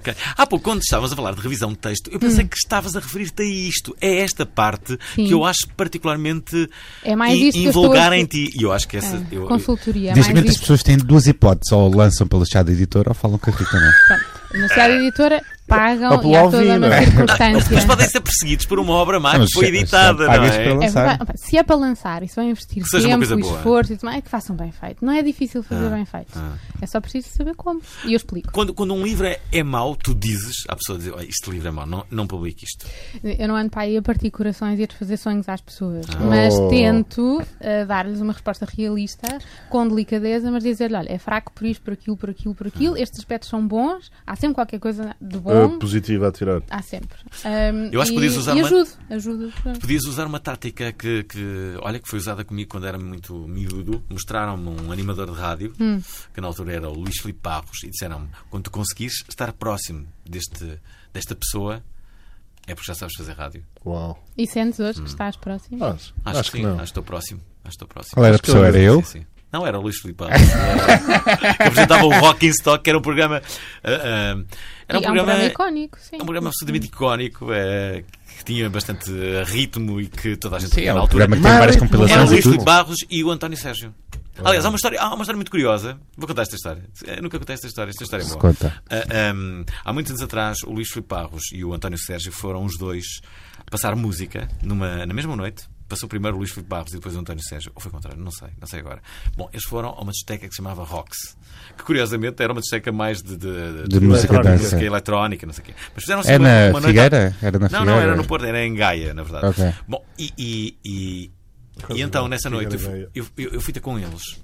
S1: ok. Há pouco, quando estávamos a falar de revisão de texto, eu pensei que estavas a referir-te a isto. É esta parte
S4: Hum. Sim.
S1: que eu acho particularmente
S4: É mais
S1: in-
S4: isto que eu
S1: invulgar
S4: estou a-
S1: em ti. E eu acho que essa.
S4: é,
S1: eu-
S4: consultoria, mais
S2: Diz-me que as
S4: isto.
S2: pessoas têm duas hipóteses, ou lançam pelo chá da editora ou falam com a Rita, não é?
S4: Pronto, Na cidade editora
S3: Ou
S4: pagam
S3: pelo
S4: e há toda
S3: Alvino.
S4: uma circunstância.
S1: Mas podem ser perseguidos por uma obra má
S2: Mas
S1: que foi
S2: já- já
S1: editada, não
S2: pagas
S1: é?
S2: pela-
S4: É
S2: lançar.
S4: verdade. Opa, se é para lançar e se vão investir
S1: Que seja uma
S4: tempo,
S1: coisa boa.
S4: esforço e tudo mais, é que façam bem feito. Não é difícil fazer
S1: Ah,
S4: bem feito.
S1: ah.
S4: É só preciso saber como. E eu explico.
S1: Quando, quando um livro é, é mau, tu dizes, há pessoas a dizer, "Olha, este livro é mau, não, não publique isto.
S4: Eu não ando para aí a partir corações e a desfazer sonhos às pessoas.
S1: Ah.
S4: Mas tento eh, dar-lhes uma resposta realista, com delicadeza, mas dizer-lhe: olha, é fraco por isto, por aquilo, por aquilo, por
S1: Ah.
S4: aquilo. Estes aspectos são bons. Há sempre qualquer coisa de
S3: Ah,
S2: Um?
S4: bom.
S3: positivo a tirar.
S4: Há sempre. Ahm,
S1: Eu acho que
S4: e,
S1: podias usar
S4: E
S1: uma-
S4: ajudo, ajudo.
S1: Podias usar uma tática que, que, olha, que foi usada comigo quando era muito miúdo. Mostraram-me um animador de rádio, que na altura era o Luís Filipe Barros, e disseram-me: quando tu conseguires estar próximo deste, desta pessoa, é porque já sabes fazer rádio.
S3: Uau.
S4: E sentes hoje
S1: Hum.
S4: que estás próximo?
S1: É um
S3: Acho,
S1: Acho, que, sim,
S3: não.
S1: acho que estou próximo. Acho que estou próximo.
S2: Qual era a
S1: Acho que
S2: pessoa? Era eu?
S1: Sim, sim. Não, era o Luís Filipe Barros. que apresentava o Rock in Stock, que era um programa. ah, ah, era
S4: E
S1: um
S4: há um
S1: programa.
S4: programa icónico, sim.
S1: é um programa absolutamente icónico, eh, que tinha bastante eh, ritmo e que toda a gente
S2: Sim,
S1: ouvia
S2: é
S1: na
S2: um
S1: altura.
S2: programa que tem várias
S1: Era o
S2: compilações e
S1: Luís
S2: tudo. Ah.
S1: Filipe Barros e o António Sérgio. Aliás, há uma, história, há uma história muito curiosa. Vou contar esta história. Eh, Nunca contei esta história. Esta história é boa.
S2: Conta.
S1: Ah, ahm, há muitos anos atrás, o Luís Filipe Barros e o António Sérgio foram os dois passar música numa, na mesma noite. Passou primeiro o Luís Filipe Barros e depois o António Sérgio. Ou foi o contrário, não sei, não sei agora. Bom, eles foram a uma discoteca que se chamava Rox, que curiosamente era uma discoteca mais de, de,
S2: De música
S3: Eletrónica.
S2: dança.
S1: música eletrónica, não sei o quê. Mas fizeram-se
S2: É
S1: uma,
S2: na
S1: uma noite-
S2: Figueira? Era
S1: não,
S2: na Figueira?
S1: não, era no Porto, era em Gaia, na verdade.
S2: Ok.
S1: Bom, e, e, e- e então, nessa noite, eu fui, eu, eu- eu fui ter com eles.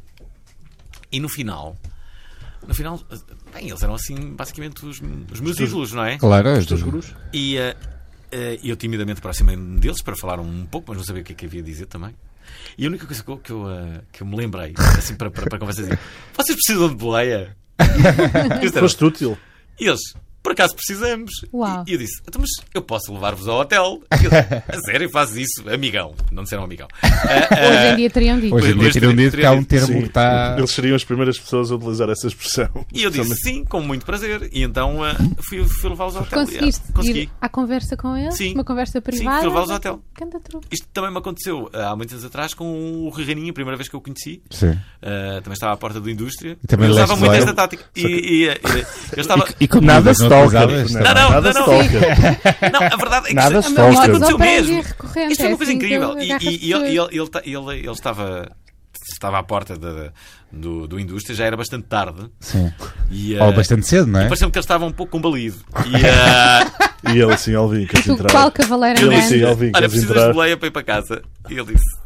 S1: E no final, no final, bem, eles eram assim, basicamente, os, os meus ídolos, não é?
S2: Claro, é do-
S1: E eh, eh, eu timidamente aproximei-me deles para falar um pouco, mas não sabia o que é que havia a dizer também. E a única coisa que eu, que eu, eh, que eu me lembrei, assim, para, para, para conversar, assim, vocês precisam de boleia? E eu disse,
S3: Foste útil.
S1: e eles, por por acaso precisamos.
S4: Uau.
S1: E eu disse, "Então, mas eu posso levar-vos ao hotel. E eu, a sério, fazes isso, amigão. Não disseram amigão.
S4: Hoje
S1: é
S4: em dia teriam dito.
S2: Hoje em dia
S1: Hoje
S2: teriam
S1: teria-
S2: dito que há um
S1: teria
S2: termo que está.
S3: Eles seriam as primeiras pessoas a utilizar essa expressão.
S1: E eu disse, sim, com muito prazer. E então ah, fui, fui levá-los ao hotel.
S4: Conseguiste
S1: Yeah, Tá, consegui.
S4: ir à conversa com ele?
S1: Sim.
S4: Uma conversa privada?
S1: levá-los ao hotel.
S4: Canta truque.
S1: Isto também me aconteceu eh, há muitos anos atrás com o Rui Reininho, a primeira vez que eu o conheci.
S2: Sim.
S1: Ah, também estava à porta do Indústria.
S2: E também
S1: eu usava
S2: leste
S1: muito
S2: zero.
S1: esta tática. E, e, eh, eu estava...
S2: E como
S3: Nada
S2: não
S1: Não, não,
S2: utilizavas, também.
S3: stalker. é Nada
S1: não, não.
S3: stalker.
S1: Não, a verdade é que
S3: Nada
S1: isto,
S3: stalker.
S1: isto aconteceu
S4: Modus operandi
S1: mesmo.
S4: recorrente,
S1: Isto foi
S4: é
S1: uma coisa
S4: assim que
S1: incrível. E,
S4: ele agarra as
S1: e- e ele,
S4: pessoas.
S1: ele, ele, ta- ele- ele estava, estava à porta da- do, do indústria, já era bastante tarde.
S2: Sim.
S1: E, eh,
S2: Ou bastante cedo, não é?
S1: Pareceu-me que ele estava um pouco combalido. E, eh,
S3: E ele assim, Alvin, queres
S4: Tu, qual
S3: entrar?
S4: cavaleiro
S1: eu
S3: Ele
S4: andante?
S3: disse, Alvin,
S1: olha,
S3: queres
S1: precisas de
S3: entrar?
S1: boleia para ir para casa. E ele disse: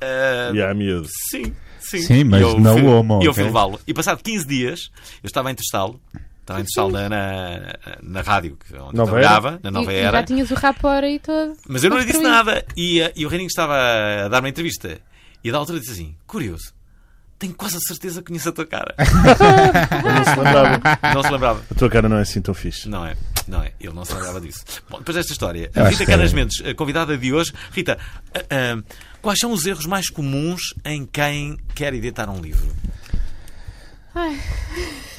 S1: "Ah,
S3: E há miúdo.
S1: Sim, sim.
S2: Sim, mas
S1: E eu
S2: não
S1: fui-
S2: homo,
S1: E eu fui
S2: ok?
S1: levá-lo. E passado 15 dias, eu estava em Testalo. Estava em Testalo na, na, na rádio, que- é onde eu
S3: Nova Era?
S1: trabalhava, na Nova
S4: E- e
S1: Era.
S4: já tinhas o rapor aí todo.
S1: Mas eu não lhe disse
S4: construído.
S1: nada. E, eh, e o Reininho estava a dar uma entrevista. E da altura disse assim: curioso, tenho quase a certeza que conheço a tua cara.
S3: Ele não se lembrava.
S1: não se lembrava.
S3: A tua cara não é assim tão fixe.
S1: Não é, não é. Ele não se lembrava disso. Bom, depois desta história,
S2: Eu
S1: a
S2: acho
S1: Rita
S2: que-
S1: Caras Mendes, a convidada de hoje. Rita, ah, ah, quais são os erros mais comuns em quem quer editar um livro?
S4: Ai,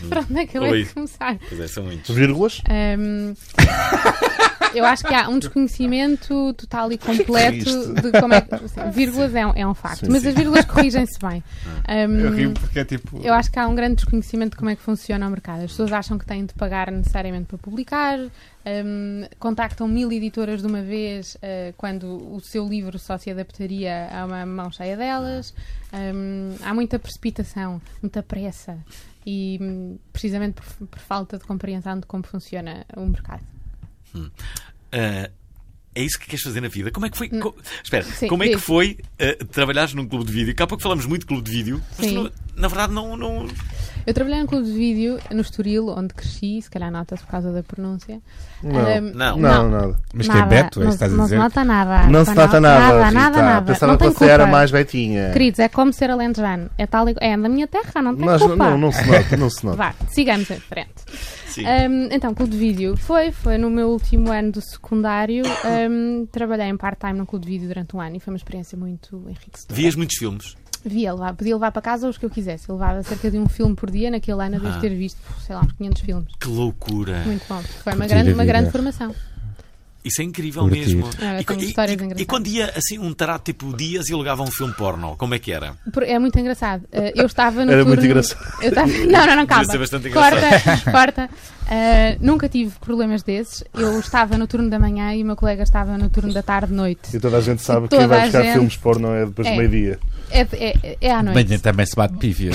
S4: pronto, onde é que eu
S1: Oi.
S4: ia começar?
S1: Pois é, são muitos.
S3: Vírgulas?
S4: Hum, eu acho que há um desconhecimento total e completo
S3: Triste.
S4: de como é que. assim, vírgulas é um, é um facto, mas as vírgulas corrigem-se bem. Hum,
S2: Eu rio porque é tipo.
S4: eu acho que há um grande desconhecimento de como é que funciona o mercado. As pessoas acham que têm de pagar necessariamente para publicar, hum, contactam mil editoras de uma vez eh, quando o seu livro só se adaptaria a uma mão cheia delas. Hum, há muita precipitação, muita pressa e hum, precisamente por, por falta de compreensão de como funciona o mercado.
S1: Ah, é isso que queres fazer na vida? Como é que foi? co- Espera,
S4: Sim,
S1: como é que
S4: diz.
S1: foi ah, trabalhares num clube de vídeo? Cá há pouco falamos muito de clube de vídeo, mas tu
S4: Sim.
S1: não- na verdade não. não...
S4: Eu trabalhei num clube de vídeo no Estoril, onde cresci, se calhar nota-se por causa da pronúncia.
S3: Não.
S4: Hum,
S1: Não.
S3: Não, nada.
S2: Mas que é Beto, é isso que estás a
S4: não se
S2: dizer?
S4: nota nada.
S6: Não se nota nada,
S4: Nada, nada,
S6: Rita.
S4: nada.
S6: Pensava
S4: não
S6: que
S4: tem
S6: você
S4: culpa.
S6: era mais betinha.
S4: Queridos, é como ser alentejano. É, tal, e- é da minha terra, não tem
S6: Mas
S4: culpa.
S6: não, não, não se nota, não se nota.
S4: Vá, sigamos em frente.
S1: Sim.
S4: Hum, então, clube de vídeo foi, foi no meu último ano do secundário. Hum, trabalhei em part-time no clube de vídeo durante um ano e foi uma experiência muito enriquecedora.
S1: Vias muitos filmes.
S4: Via, levava, podia levar para casa os que eu quisesse. Eu levava cerca de um filme por dia. Naquele ano eu devo
S1: Ah.
S4: ter visto, sei lá, uns 500 filmes.
S1: Que loucura!
S4: Muito bom. Foi uma
S2: Curtir
S4: grande,
S2: a
S4: uma
S2: vida.
S4: grande formação.
S1: Isso é incrível
S2: Curtir.
S1: mesmo.
S4: É,
S1: e,
S4: tem
S1: co- e-
S4: histórias
S1: e-
S4: engraçadas.
S1: e quando ia assim um tarado tipo Dias e alugava um filme porno, como é que era?
S4: Por- É muito engraçado. Eh, Eu estava no
S3: Era muito
S4: turno-
S3: engraçado.
S4: Eu estava... Não, não, não, calma.
S1: ser bastante
S4: Corta, corta. Eh, nunca tive problemas desses. Eu estava no turno da manhã e o meu colega estava no turno da tarde-noite.
S3: E toda a gente sabe que
S4: Toda
S3: quem vai
S4: a
S3: buscar
S4: gente.
S3: filmes porno é depois
S4: É.
S3: do meio-dia.
S4: É, é, é à noite.
S2: Amanhã também se bate pívia.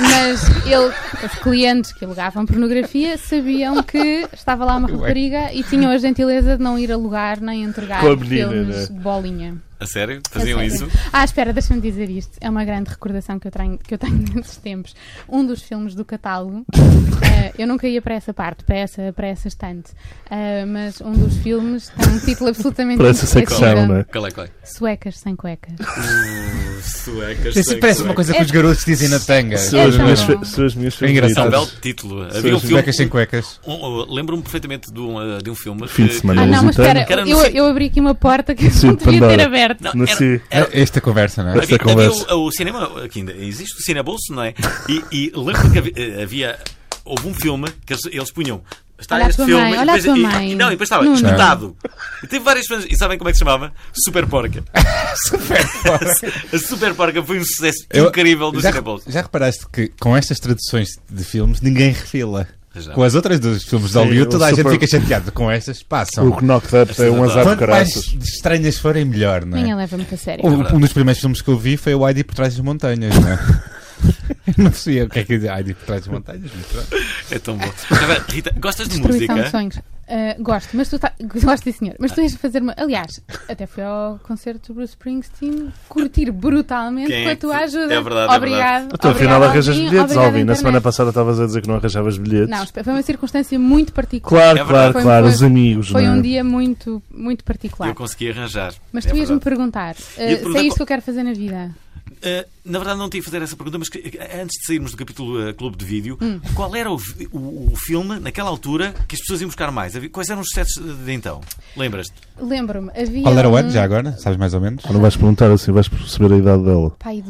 S4: Mas ele, os clientes que alugavam pornografia sabiam que estava lá uma rapariga e tinham a gentileza de não ir alugar nem entregar
S3: Com a menina,
S4: filmes
S3: né?
S4: de bolinha.
S1: A sério? Faziam
S4: A
S1: isso?
S4: sério. Ah, espera, deixa-me dizer isto. É uma grande recordação que eu tenho, que eu tenho desses tempos. Um dos filmes do catálogo, eh, eu nunca ia para essa parte, para essa, para essa estante, eh, mas um dos filmes tem um título absolutamente
S3: Para essa secção,
S4: inesquecível.
S3: não é?
S1: Qual é, qual é?
S4: Suecas sem cuecas.
S1: Uh, suecas.
S3: é
S2: Isso
S1: sem
S2: parece uma coisa que os garotos dizem na tanga.
S3: São as
S4: tão
S3: minhas,
S4: bom.
S3: fa- são as minhas
S2: É engraçado.
S1: É um belo
S3: favoritas.
S1: título.
S3: Suecas
S1: Havia um filme.
S2: Cuecas sem cuecas.
S1: um- um- Lembro-me perfeitamente de um, uh, de um filme.
S3: Fim de
S1: que- um
S3: semana.
S4: Ah, não, mas espera,
S1: Cara, não
S4: eu,
S1: sei.
S4: eu abri aqui uma porta que eu
S3: Sim,
S4: não devia ter
S3: Pandora.
S4: aberto.
S1: Não,
S3: Não
S1: era-
S3: sei.
S1: era-
S2: Esta conversa, não é?
S3: Esta
S1: Havia, havia
S3: conversa.
S1: o, o cinema, que ainda existe o Cinebulso, não é? E, e lembro-me que havia, eh, havia- Houve um filme que eles, eles punham. Está
S4: Olha a
S1: este
S4: tua
S1: filme.
S4: mãe,
S1: e
S4: olha a
S1: depois,
S4: tua
S1: e-
S4: mãe.
S1: e- não, e depois estava
S4: Nuno.
S1: espetado. E teve várias fãs. E sabem como é que se chamava? Super Porca. A Super Porca foi um sucesso
S2: Eu-
S1: incrível do
S2: já,
S1: Cinebulso.
S2: já reparaste que com estas traduções de filmes ninguém refila.
S1: Já.
S2: Com as outras dos filmes de
S3: Sim,
S2: Hollywood,
S3: o
S2: toda a gente
S3: super-
S2: fica chateada. Com estas, passam.
S3: O Knocked Up é um azar de
S2: Quanto mais
S3: caraças.
S2: estranhas forem, melhor, não
S4: Ninguém
S2: é?
S4: leva muito a sério.
S2: Um, um dos primeiros filmes que eu vi foi o ID por trás das montanhas, não é? Eu não sei o que é que diz ID por trás das montanhas. mas pronto.
S1: É tão bom. Agora, Rita, gostas de
S4: Destruição de
S1: música?
S4: sonhos. Ah, gosto, mas tu tá... gosto sim, senhor. Mas tu ias fazer uma. Aliás, até fui ao concerto do Bruce Springsteen curtir brutalmente
S1: Quem é
S4: com a
S1: que
S4: tua
S1: tu-
S4: ajuda.
S1: É verdade, é
S4: Obrigado.
S3: Então, afinal,
S4: Obrigada,
S3: arranjas
S4: Alvin.
S3: bilhetes,
S4: Obrigada,
S3: Alvin. Na
S4: internet.
S3: semana passada estavas a dizer que não arranjavas bilhetes.
S4: Não, espera, foi uma circunstância muito particular.
S3: Claro,
S1: É
S3: claro,
S4: verdade.
S3: claro.
S4: Foi-
S3: Os amigos,
S4: Foi
S3: não é?
S4: um dia muito, muito particular.
S1: Eu consegui arranjar.
S4: Mas
S1: é
S4: tu ias-me
S1: verdade.
S4: perguntar: ah,
S1: Ia-te perguntar
S4: se é
S1: qual-
S4: isto que eu quero fazer na vida?
S1: Uh, na verdade, não tinha que fazer essa pergunta, mas que, eh, antes de sairmos do capítulo eh, Clube de Vídeo, qual era o, vi- o- o filme, naquela altura, que as pessoas iam buscar mais? Havia- Quais eram os sucessos de então? Lembras-te?
S4: Lembro-me, havia.
S2: Qual era o
S4: um
S2: ano já agora? Sabes mais ou menos?
S3: Não vais perguntar assim, vais perceber a idade dela.
S4: Pai,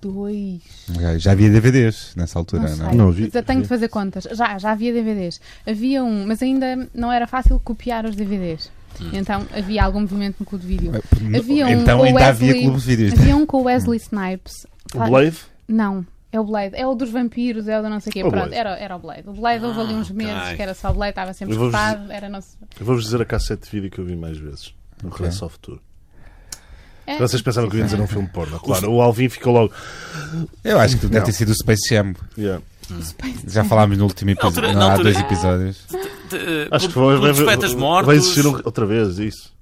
S4: 2002.
S2: Ok, Já havia DVDs nessa altura,
S4: Não
S2: não,
S4: sei.
S2: é?
S3: Não vi.
S4: Mas eu tenho de fazer contas. Já, já havia DVDs. Havia um, mas ainda não era fácil copiar os DVDs.
S3: Hum.
S4: Então havia algum movimento no clube de vídeo. Havia um
S2: então
S4: com
S2: ainda havia
S4: Wesley-
S2: clubes de vídeos.
S4: Havia um com o Wesley Snipes.
S3: O Blade?
S4: Não, é o Blade. É o dos vampiros, é o da não sei o quê.
S3: O
S4: Pronto,
S3: Blade.
S4: era, era o Blade. O Blade houve ali uns
S1: Ah,
S4: meses
S1: ok.
S4: que era só o Blade, estava sempre
S3: Eu vou-vos
S4: escutado. Era não sei-
S3: Eu vou-vos dizer a cassete de vídeo que eu vi mais vezes. No Regresso ao Futuro.
S4: É,
S3: Vocês pensaram que eu ia dizer um filme porno. Claro, o Alvin ficou logo.
S2: Eu acho que deve
S3: Não.
S2: ter sido o Space Jam.
S3: Yeah.
S4: Space
S2: Já falámos no último episódio.
S1: altura-
S2: não,
S1: na
S2: há
S1: altura-
S2: dois episódios.
S1: De, eh,
S3: Acho que
S1: Clube- Clube
S3: vai, vai,
S1: dos Poetas
S3: vai,
S1: Mortos.
S3: vai existir um- outra vez isso.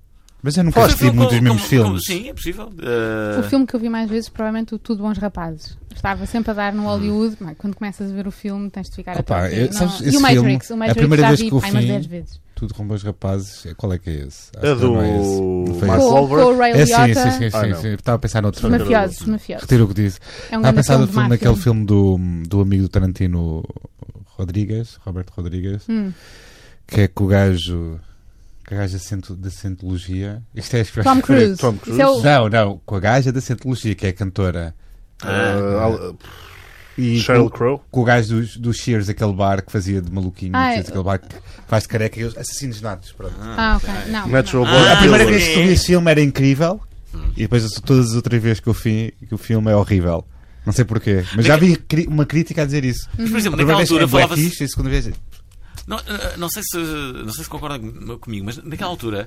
S2: Mas eu nunca assisti
S1: Como-
S2: muitos
S1: como-
S2: mesmos
S1: como-
S2: filmes.
S1: Sim, é possível.
S4: O
S1: Eh,
S4: filme que eu vi mais vezes, provavelmente, o Tudo Bons Rapazes. Estava sempre a dar
S3: Hum.
S4: no Hollywood, mas quando começas a ver o filme tens de ficar
S2: Opa,
S4: atrás.
S2: eu- sabes,
S4: E
S2: esse
S4: o Matrix,
S2: filme, é
S4: o Matrix
S2: a primeira
S4: já
S2: vez
S4: vi
S2: que eu
S4: pai, umas
S2: vi-
S4: 10 vezes.
S2: Tudo com bons rapazes. Qual é que é esse? Acho
S3: É
S2: que não esse.
S3: do-
S2: Não foi
S4: Com,
S3: Mas-
S2: esse.
S4: com o Ray
S2: É sim,
S4: Liotta,
S2: sim, sim,
S3: Ah,
S2: sim,
S3: não.
S2: sim. Estava a pensar noutro
S4: os
S2: filme.
S4: mafiosos, os mafiosos.
S2: Retiro o que disse.
S4: É um
S2: Estava a
S4: grande
S2: pensar
S4: filme
S2: no
S4: de
S2: filme,
S4: máfia.
S2: naquele filme do, do amigo do Tarantino Rodrigues, Roberto Rodrigues,
S4: Hum.
S2: que é com o gajo. Com a gaja da ciento- da Cientologia. Isto é
S4: Tom Cruise.
S3: Tom
S4: Isso é o...
S2: Não, não, com a gaja da Cientologia, que é a cantora.
S3: Ah, Al-
S2: E
S3: Sheryl
S2: com,
S3: Crow?
S2: com o gajo dos, dos Shears, aquele bar que fazia de maluquinho,
S4: Ah,
S2: Shears, aquele bar que faz de careca e os assassinos natos. Pronto.
S4: Ah, ok. Não,
S3: Natural
S4: não.
S3: Born
S2: a primeira
S1: sim.
S2: vez que eu vi esse filme era incrível
S1: Hum.
S2: e depois as- todas as outras vezes que eu vi que o filme é horrível. Não sei porquê, mas já vi cri- uma crítica a dizer isso.
S1: Mas, por
S2: A
S1: exemplo, naquela
S2: primeira vez é
S1: altura
S2: bué
S1: falava-se
S2: fixe, e a segunda vez... é-
S1: Não, eh, não sei se não sei se concordam com- comigo, mas naquela altura,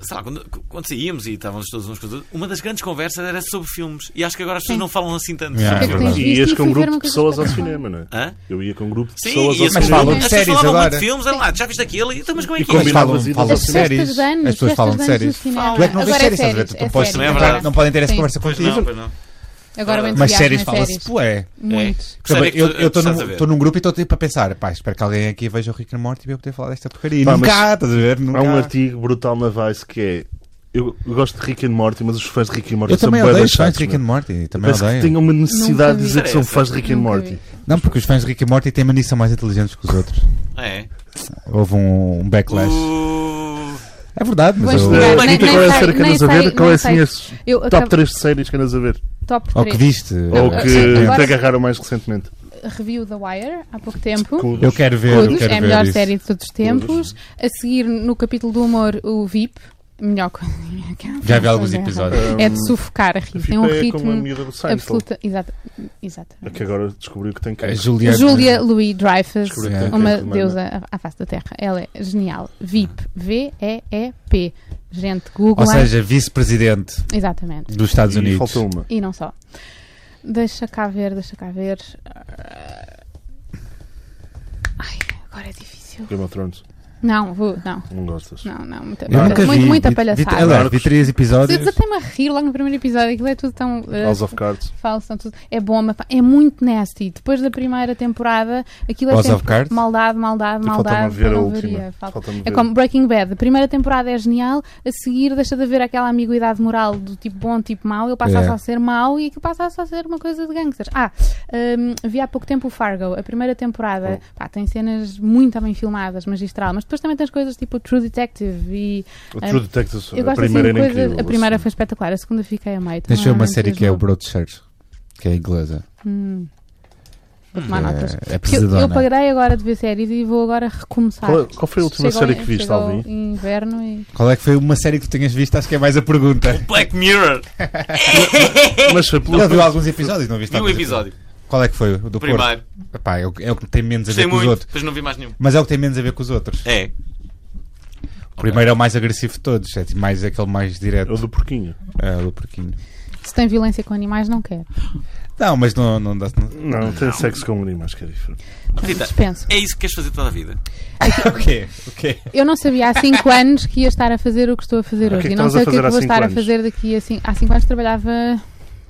S1: sei lá, quando, quando saíamos e estávamos todos uns com os outros, uma das grandes conversas era sobre filmes. E acho que agora as pessoas
S4: Sim.
S1: não falam assim tanto
S2: Yeah.
S1: sobre
S2: É
S1: filmes.
S4: Tens
S3: E
S4: visto
S3: ias
S4: e
S3: com
S4: fui
S3: um
S4: ver
S3: grupo
S4: uma
S3: de
S4: coisa
S3: pessoas ao
S4: espetacular.
S3: cinema, não é?
S1: Hã?
S3: Eu ia com um grupo de
S1: Ah. Sim,
S3: pessoas
S1: e
S3: ao
S1: as pessoas
S2: falam
S1: falavam,
S2: de
S1: as pessoas
S2: séries
S1: falavam muito
S2: agora.
S1: de filmes, olha lá, já viste aquele? Então, mas como é
S2: E
S1: que é?
S2: depois
S1: isto?
S2: falam,
S3: As
S2: falam
S4: As
S2: de séries.
S4: festas de anos,
S2: as pessoas falam de
S4: festas de
S2: séries.
S4: anos do cinema.
S2: Tu é que não vês
S4: Agora é
S2: séries, estás a ver?
S4: séries,
S2: Tu
S4: é
S2: não podes
S4: séries.
S1: Não é verdade.
S2: não podem ter essa
S4: Sim.
S2: conversa
S1: Pois
S2: contigo.
S1: não, pois não.
S4: Agora bem
S2: Mas séries fala-se,
S4: séries.
S2: poé.
S4: Muitos.
S1: Gostaria é que
S2: É. Eu
S1: tu-
S2: estou
S1: estás a ver.
S2: num grupo e estou tipo a pensar, pá, espero que alguém aqui veja o Rick and Morty para eu poder falar desta porcaria. E
S3: Pá,
S2: nunca
S3: mas-
S2: há, estás a ver? Nunca
S3: Há um
S2: há.
S3: artigo brutal na Vice que é. Eu eu gosto de Rick and Morty, mas os fãs de Rick and Morty
S2: Eu
S3: são
S2: também
S3: bué
S2: odeio
S3: das
S2: os fãs
S3: chatos,
S2: de Rick and
S3: não é?
S2: Morty. Também
S3: Parece que
S2: odeio.
S3: têm uma necessidade de
S4: vi.
S3: dizer que são fãs de Rick and
S4: Nunca
S3: Morty.
S4: vi.
S2: Não, porque os fãs de Rick and Morty têm mania são mais inteligentes que os outros.
S1: É.
S2: Houve um, um backlash.
S1: Hum. O-
S2: É verdade, mas
S4: Vou
S2: eu...
S4: estudar.
S3: Eh,
S1: nem-
S3: Rita,
S1: nem
S3: qual é a
S4: sei-
S3: série que
S4: nem
S3: andas a ver?
S4: sei-
S3: Qual é
S4: nem
S3: assim
S4: sei.
S3: as
S4: Eu
S3: top
S4: acabo-
S3: 3 de séries que andas a ver?
S4: Top
S2: Ou que
S4: 3.
S2: viste.
S3: Ou
S4: eu-
S3: que
S4: eu-
S3: te agarraram mais recentemente?
S4: Review The Wire há pouco tempo.
S2: Eu quero ver, eu
S4: Todos,
S2: quero
S4: é a
S2: ver
S4: melhor
S2: isso.
S4: série de todos os tempos. A seguir, no capítulo do humor, o VIP. Melhor coisa.
S2: Já vi alguns episódios.
S4: É de sufocar a rir. Tem um
S3: é como a
S4: ritmo
S3: miúda do Seinfeld.
S4: absoluta. Exato. Exato.
S3: É que agora descobriu que tem
S2: A
S3: câncer.
S2: Julia...
S4: Julia Louis Dreyfus,
S3: Descobri
S2: que é tem
S4: uma
S3: cancro,
S4: deusa à- à face da Terra. Ela é genial. VIP. V-E-E-P. Gente,
S2: Ou
S4: Google.
S2: seja, vice-presidente
S4: Exatamente.
S2: dos Estados
S3: E
S2: Unidos.
S3: falta uma.
S4: E não só. Deixa cá ver, deixa cá ver. Ah. Ai, agora é difícil.
S3: Game of Thrones.
S4: Não, vou, não.
S3: Não gostas?
S4: Não, não, muita,
S2: Eu
S4: muita,
S2: nunca
S4: muito-
S2: vi.
S4: muita
S2: Vi- Vi,
S4: palhaçada.
S2: aliás, vi três
S4: Você
S2: episódios.
S4: desatei-me a rir logo no primeiro episódio, aquilo é tudo tão. eh,
S3: House of Cards.
S4: falso, tão tudo. É bom, mas pá, é muito nasty. Depois da primeira temporada, aquilo é
S2: House
S4: sempre
S2: of Cards?
S4: maldade, maldade,
S3: E Falta-me
S4: maldade.
S3: ver a
S4: não
S3: última.
S4: varia, falta-
S3: Falta-me
S4: É
S3: ver.
S4: como Breaking Bad. A primeira temporada é genial, a seguir deixa de haver aquela amiguidade moral do tipo bom, tipo mau, ele passa
S2: É.
S4: só a ser mau e aquilo passa só a ser uma coisa de gangsters. Ah, hum, vi há pouco tempo o Fargo. A primeira temporada
S3: Oh.
S4: pá, tem cenas muito bem filmadas, magistral, mas depois também tens coisas tipo o True Detective e.
S3: O
S4: Ah,
S3: True Detective,
S4: Eu
S3: a
S4: gosto assim
S3: primeira
S4: de
S3: era
S4: coisas.
S3: incrível.
S4: a primeira
S3: assim.
S4: foi espetacular, a segunda fiquei a meio.
S2: Deixa eu uma
S4: Normalmente
S2: série
S4: as
S2: que é o
S4: novas.
S2: Broadchurch, que é inglesa.
S4: Hum. Vou tomar notas.
S2: É, é
S4: Porque Eu, eu
S2: pesadona.
S4: parei agora de ver séries e vou agora recomeçar.
S3: Qual, qual foi a última
S4: Chegou-
S3: série que viste,
S4: chegou
S3: Alvin?
S4: Inverno e.
S2: Qual é que foi uma série que tu tenhas visto? Acho que é mais a pergunta.
S1: Black Mirror.
S3: Mas foi
S2: Já viu
S3: pela.
S2: alguns episódios, não viste?
S1: Vi um
S2: alguns
S1: episódio.
S2: Qual é que foi? O do
S1: Primeiro.
S2: Porto? Epá, é, o, é o que tem menos a
S1: Gostei
S2: ver com os
S1: muito,
S2: outros.
S1: depois não vi mais nenhum.
S2: Mas é o que tem menos a ver com os outros.
S1: É.
S2: O primeiro é o mais agressivo de todos. É tipo mais aquele mais direto.
S1: Uhum.
S3: O do porquinho.
S2: É, o do porquinho.
S4: Se tem violência com animais, não quero.
S2: Não, mas não, não dá. Não...
S3: Não, tem sexo com animais, que é diferente.
S1: Rita,
S4: Dispenso.
S1: é isso que queres fazer toda a vida?
S2: o quê? O quê?
S4: Eu não sabia há 5 anos que ia estar a fazer o que estou a fazer
S3: O que é
S4: hoje.
S3: que
S4: e não
S3: estavas a
S4: sei o que
S3: fazer
S4: é que
S3: há
S4: vou
S3: cinco
S4: estar a
S3: anos?
S4: fazer daqui a 5 Há 5 anos trabalhava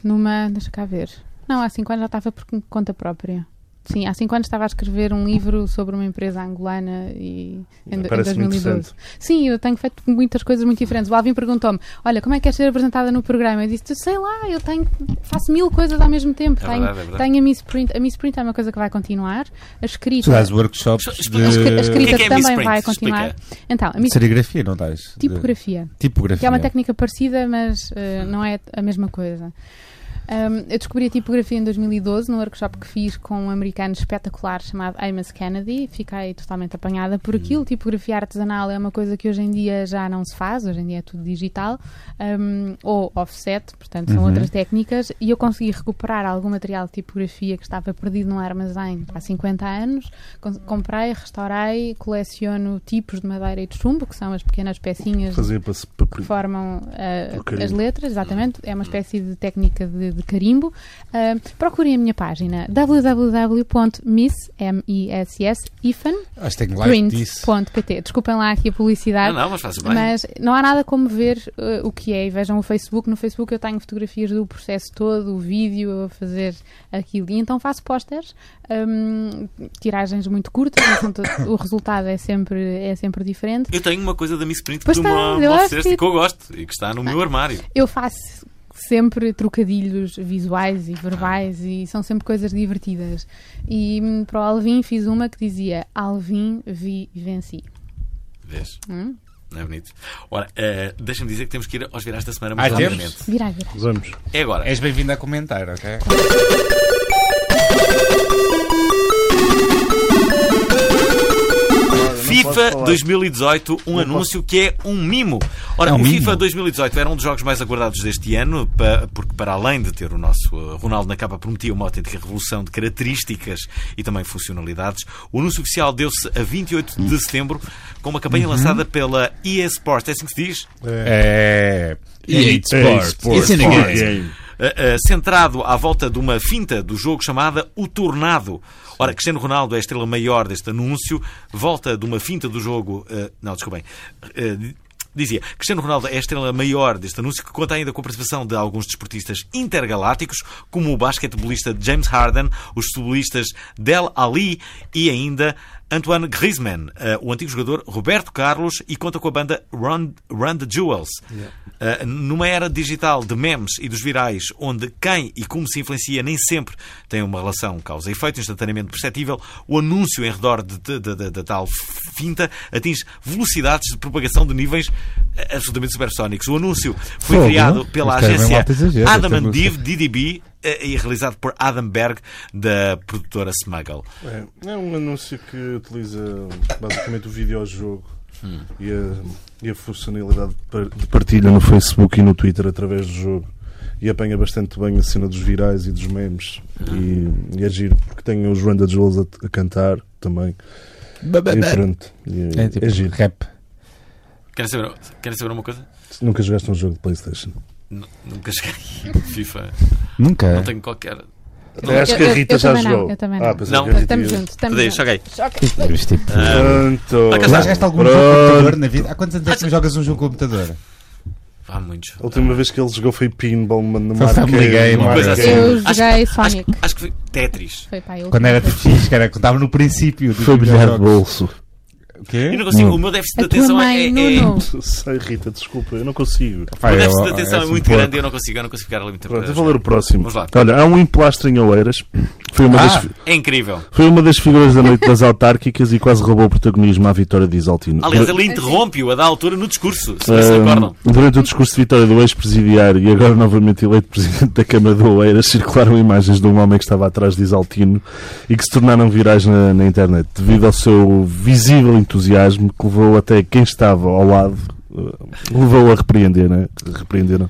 S4: numa. Deixa cá ver. Não, há 5 anos já estava por conta própria. Sim, há cinco anos estava a escrever um livro sobre uma empresa angolana e em, em
S3: Parece-me
S4: 2012. Sim, eu tenho feito muitas coisas muito diferentes. O Alvin perguntou-me: Olha, como é que queres ser apresentada no programa? Eu disse: Sei lá, eu tenho, faço mil coisas ao mesmo tempo.
S1: É
S4: tenho,
S1: verdade, é verdade.
S4: tenho a Miss Print. A Miss Print é uma coisa que vai continuar. A
S2: Tu
S4: escrita,
S2: dás workshops
S1: Explica-
S4: a escri- a
S2: de
S1: O que
S4: escrita
S1: é que é Miss
S4: também
S1: Print?
S4: vai continuar. Então, a Miss é tipo
S2: serigrafia, não dás? De-
S4: Tipografia.
S2: Tipografia.
S4: Que é uma técnica parecida, mas eh, não é a mesma coisa. Ahm, eu descobri a tipografia em 2012 num workshop que fiz com um americano espetacular chamado Amos Kennedy. Fiquei totalmente apanhada por aquilo. Tipografia artesanal é uma coisa que hoje em dia já não se faz, hoje em dia é tudo digital ahm, ou offset, portanto são outras técnicas. E eu consegui recuperar algum material de tipografia que estava perdido num armazém há 50 anos. Con- Comprei, restaurei, coleciono tipos de madeira e de chumbo, que são as pequenas pecinhas
S3: Fazia para se papel.
S4: que formam ah,
S3: O carimbo.
S4: as letras, exatamente. É uma espécie de técnica de, de carimbo. Ah, procurem a minha página www.miss-print.pt.
S2: Acho que tenho like disso.
S4: Desculpem lá aqui a
S1: Não,
S4: publicidade.
S1: não, mas faz bem.
S4: Mas não há nada como ver eh, o que é e vejam o Facebook. No Facebook eu tenho fotografias do processo todo, o vídeo a fazer aquilo. E então faço posters, hum, tiragens muito curtas, portanto, o resultado é sempre, é sempre diferente.
S1: Eu tenho uma coisa da Miss Print que
S4: Pois
S1: tu
S4: tens,
S1: me
S4: eu acho
S1: ofereceste
S4: que- Ah.
S1: que eu gosto e que está no meu armário.
S4: Eu faço sempre trocadilhos visuais e verbais
S1: Ah.
S4: e são sempre coisas divertidas. E hum, para o Alvin fiz uma que dizia Alvin, vi e venci.
S1: Vês?
S4: Hum?
S1: Não é bonito? Ora, eh, deixa-me dizer que temos que ir aos virais da semana
S2: Ah,
S1: muito
S2: temos?
S1: rapidamente.
S4: Virai, virai.
S3: Vamos.
S1: É agora.
S2: És bem-vindo a comentar, ok?
S1: FIFA 2018, um anúncio que é um mimo. Ora,
S2: É um
S1: o
S2: mimo.
S1: FIFA 2018 era um dos jogos mais aguardados deste ano, pa- porque para além de ter o nosso eh, Ronaldo na capa, prometia uma autêntica revolução de características e também funcionalidades. O anúncio oficial deu-se a 28 de setembro, com uma
S2: Uhum.
S1: campanha lançada pela EA Sports. É assim que se diz?
S2: É. E
S3: Sports.
S2: É,
S3: Game.
S1: Uh, uh, centrado à volta de uma finta do jogo chamada O Tornado. Ora, Cristiano Ronaldo é a estrela maior deste anúncio, volta de uma finta do jogo. uh, não, desculpem. Uh, di- Dizia, Cristiano Ronaldo é a estrela maior deste anúncio que conta ainda com a participação de alguns desportistas intergalácticos, como o basquetebolista James Harden, os futebolistas Del Ali e ainda Antoine Griezmann, eh, o antigo jogador Roberto Carlos e conta com a banda Run, Run the Jewels. Eh, numa era digital de memes e dos virais, onde quem e como se influencia nem sempre tem uma relação causa e efeito instantaneamente perceptível, o anúncio em redor de, de- de- de- da tal finta atinge velocidades de propagação de níveis eh, absolutamente supersónicos. O anúncio foi
S2: Fogo,
S1: criado
S2: não?
S1: pela
S2: Isto é mesmo
S1: agência
S2: alto exagero,
S1: Adam
S2: esta
S1: and
S2: música.
S1: Eve DDB eh, e realizado por Adam Berg da produtora Smuggle.
S3: É, é um anúncio que utiliza basicamente o videojogo e, a, e a funcionalidade de par- de partilha no Facebook e no Twitter através do jogo. E apanha bastante bem a cena dos virais e dos memes. E, e é giro, porque tem os Randa Jules a, a cantar também. E pronto. E é,
S2: É tipo
S3: é giro.
S2: rap.
S1: Querem saber, querem saber uma coisa?
S3: Nunca jogaste um jogo de Playstation.
S1: Nu- Nunca cheguei. FIFA.
S2: Nunca.
S1: Não tenho qualquer.
S4: Eu-
S3: Acho que
S4: eu-
S3: a Rita
S4: eu
S3: já
S4: também não,
S3: jogou.
S4: eu também
S3: Ah,
S4: não.
S3: pensei
S1: Não.
S3: que a Rita
S4: Estamos
S3: ia-
S4: juntos, estamos
S1: Cadê?
S4: juntos.
S1: Cheguei.
S2: Mas, tipo,
S3: Pronto.
S1: Ah,
S2: tu jogaste algum jogo de
S3: Pronto.
S2: computador na vida? Há quantos anos é que não jogas um jogo de computador?
S1: Há muitos.
S3: A última vez que ele jogou foi Pinball, mas no
S2: Foi
S3: Marquês-
S2: Family Game,
S3: no
S2: uma
S1: coisa
S3: Marquês.
S1: assim.
S4: Eu
S1: Acho que-
S4: joguei
S1: Acho,
S4: Sonic.
S1: acho que foi Tetris.
S4: Foi para ele.
S2: Quando era tipo X, que era quando estava no princípio. dos
S3: Foi
S2: melhores
S3: bilhar de
S2: jogos.
S3: bolso.
S2: O
S1: Eu
S2: quê?
S1: não consigo. O meu déficit de
S4: A tua
S1: atenção é.
S4: mãe,
S1: é-
S4: Nuno.
S3: Sei, Rita, desculpa, eu não consigo.
S1: O
S2: Pá,
S1: meu
S2: eu-
S1: déficit de atenção é
S2: assim,
S1: muito
S2: porco.
S1: grande e eu não consigo, eu não consigo ficar ali muito
S3: Pronto, eu
S1: tempo.
S3: vou ler o próximo.
S1: Vamos lá.
S3: Olha, há um emplastro em Oeiras. Foi uma,
S2: Ah.
S3: das,
S1: É incrível.
S3: foi uma das figuras da noite das autárquicas e quase roubou o protagonismo à vitória de Isaltino.
S1: Aliás, ele interrompe-o a dar altura no discurso, se não se
S3: Ahm,
S1: recordam.
S3: Durante o discurso de vitória do ex-presidiário e agora novamente eleito presidente da Câmara de Oeiras, circularam imagens de um homem que estava atrás de Isaltino e que se tornaram virais na, na internet, devido ao seu visível entusiasmo que levou até quem estava ao lado, eh, levou a repreender, né? Repreenderam.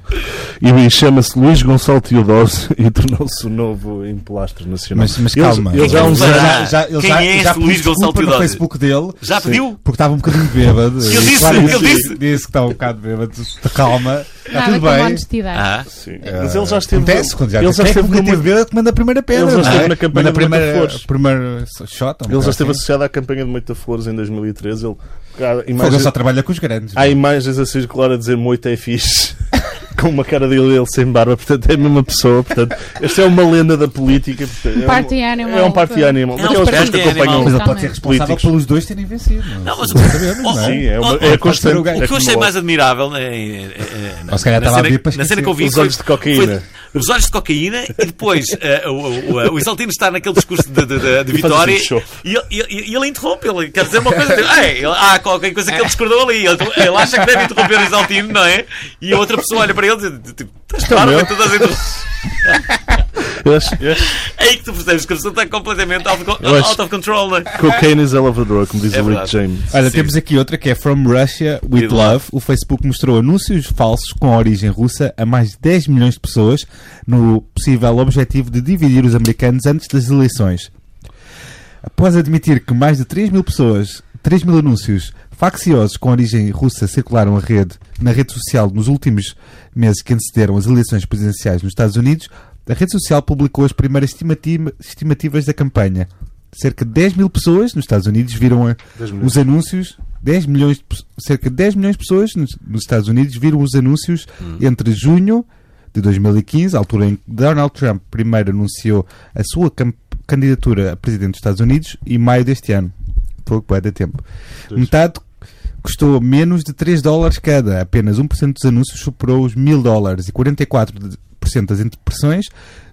S3: E chama-se Luís Gonçalo Teodósio e tornou-se o novo emplastro nacional.
S2: Mas, mas
S3: Ele-
S2: calma.
S3: ele já há uns
S1: Quem
S3: anos-
S1: fará? Quem é esse
S2: pediu
S1: Luís Gonçalo
S2: desculpa no
S1: Teodósio?
S2: Facebook dele.
S1: Já pediu?
S2: Porque estava um bocadinho bêbado.
S1: Ele
S2: E
S1: disse,
S2: claramente
S1: ele disse.
S2: que estava um bocado bêbado. Calma, está
S3: Tá
S4: Nada
S2: tudo
S4: como
S2: bem.
S4: honestidade.
S1: Ah,
S3: Sim. Mas ele já esteve.
S2: Acontece quando já
S3: ele já
S2: quem é que
S3: esteve
S2: nunca
S3: numa-
S2: teve bêbado que manda a primeira pedra.
S3: Ele já
S2: não
S3: esteve
S2: é?
S3: na campanha
S2: Manda a
S3: do Matafores.
S2: primeira, primeira shot. um
S3: Ele já esteve
S2: assim.
S3: associado à campanha de Moita Flores em 2013. Ele, há,
S2: Fogo, ele
S3: imagens,
S2: só trabalha com os grandes.
S3: há imagens a circular a dizer Moita é fixe. com uma cara dele ele sem barba, portanto é a mesma pessoa. Portanto, esta é uma lenda da política. portanto, é um-
S4: Party animal.
S3: É um party animal.
S1: É um
S3: Daquelas pessoas que
S1: party
S3: acompanham.
S1: animal.
S2: Mas ele pode ser responsável
S3: Políticos.
S2: pelos dois terem vencido.
S1: Não, mas-
S2: sabemos, não
S3: Sim,
S2: é?
S3: é, uma,
S1: Oh,
S3: é
S1: oh,
S3: constante.
S2: pode ser o gajo.
S1: O
S3: É
S1: que eu achei
S3: como
S1: mais admirável eh, eh, eh, na,
S2: Ou se calhar
S1: na
S2: estava a
S1: cena,
S2: vir para
S1: na cena
S2: esquecer.
S1: que eu vi
S3: Os
S1: foi-
S3: olhos de cocaína.
S1: foi- os olhos de cocaína e depois eh, o, o, o Isaltino está naquele discurso de, de- de- de
S3: E faz
S1: vitória
S3: assim, show.
S1: e ele, e ele- e ele interrompe, ele quer dizer uma coisa, diz, "Ei, ele- há qualquer coisa que ele discordou ali, ele, ele acha que deve interromper o Isaltino, não é? E a outra pessoa olha para ele e diz, tipo, estás claro,
S3: meu."
S1: mas todas as inter-
S3: Eu acho- eu acho
S1: aí que tu percebes que a pessoa está completamente out, of co-
S3: Eu acho-
S1: out of control, não é?
S3: que Cocaine is a love drug, como diz
S1: É
S3: o
S1: verdade.
S3: Rick James.
S2: Olha,
S1: Sim.
S2: temos aqui outra que é From Russia with
S1: With
S2: Love. O Facebook mostrou anúncios falsos com origem russa a mais de 10 milhões de pessoas no possível objetivo de dividir os americanos antes das eleições. Após admitir que mais de 3 mil pessoas, 3 mil anúncios facciosos com origem russa circularam a rede, na rede social nos últimos meses que antecederam as eleições presidenciais nos Estados Unidos, a rede social publicou as primeiras estimativa- estimativas da campanha. Cerca de 10 mil pessoas nos Estados Unidos viram a- os anúncios. 10 milhões de pe- cerca de 10 milhões de pessoas nos, nos Estados Unidos viram os anúncios entre junho de 2015, a altura em que Donald Trump primeiro anunciou a sua cam- candidatura a presidente dos Estados Unidos, e maio deste ano. Pouco é de tempo. Metade custou menos de 3 dólares cada. Apenas 1% dos anúncios superou os 1000 dólares e 44% das interpretações,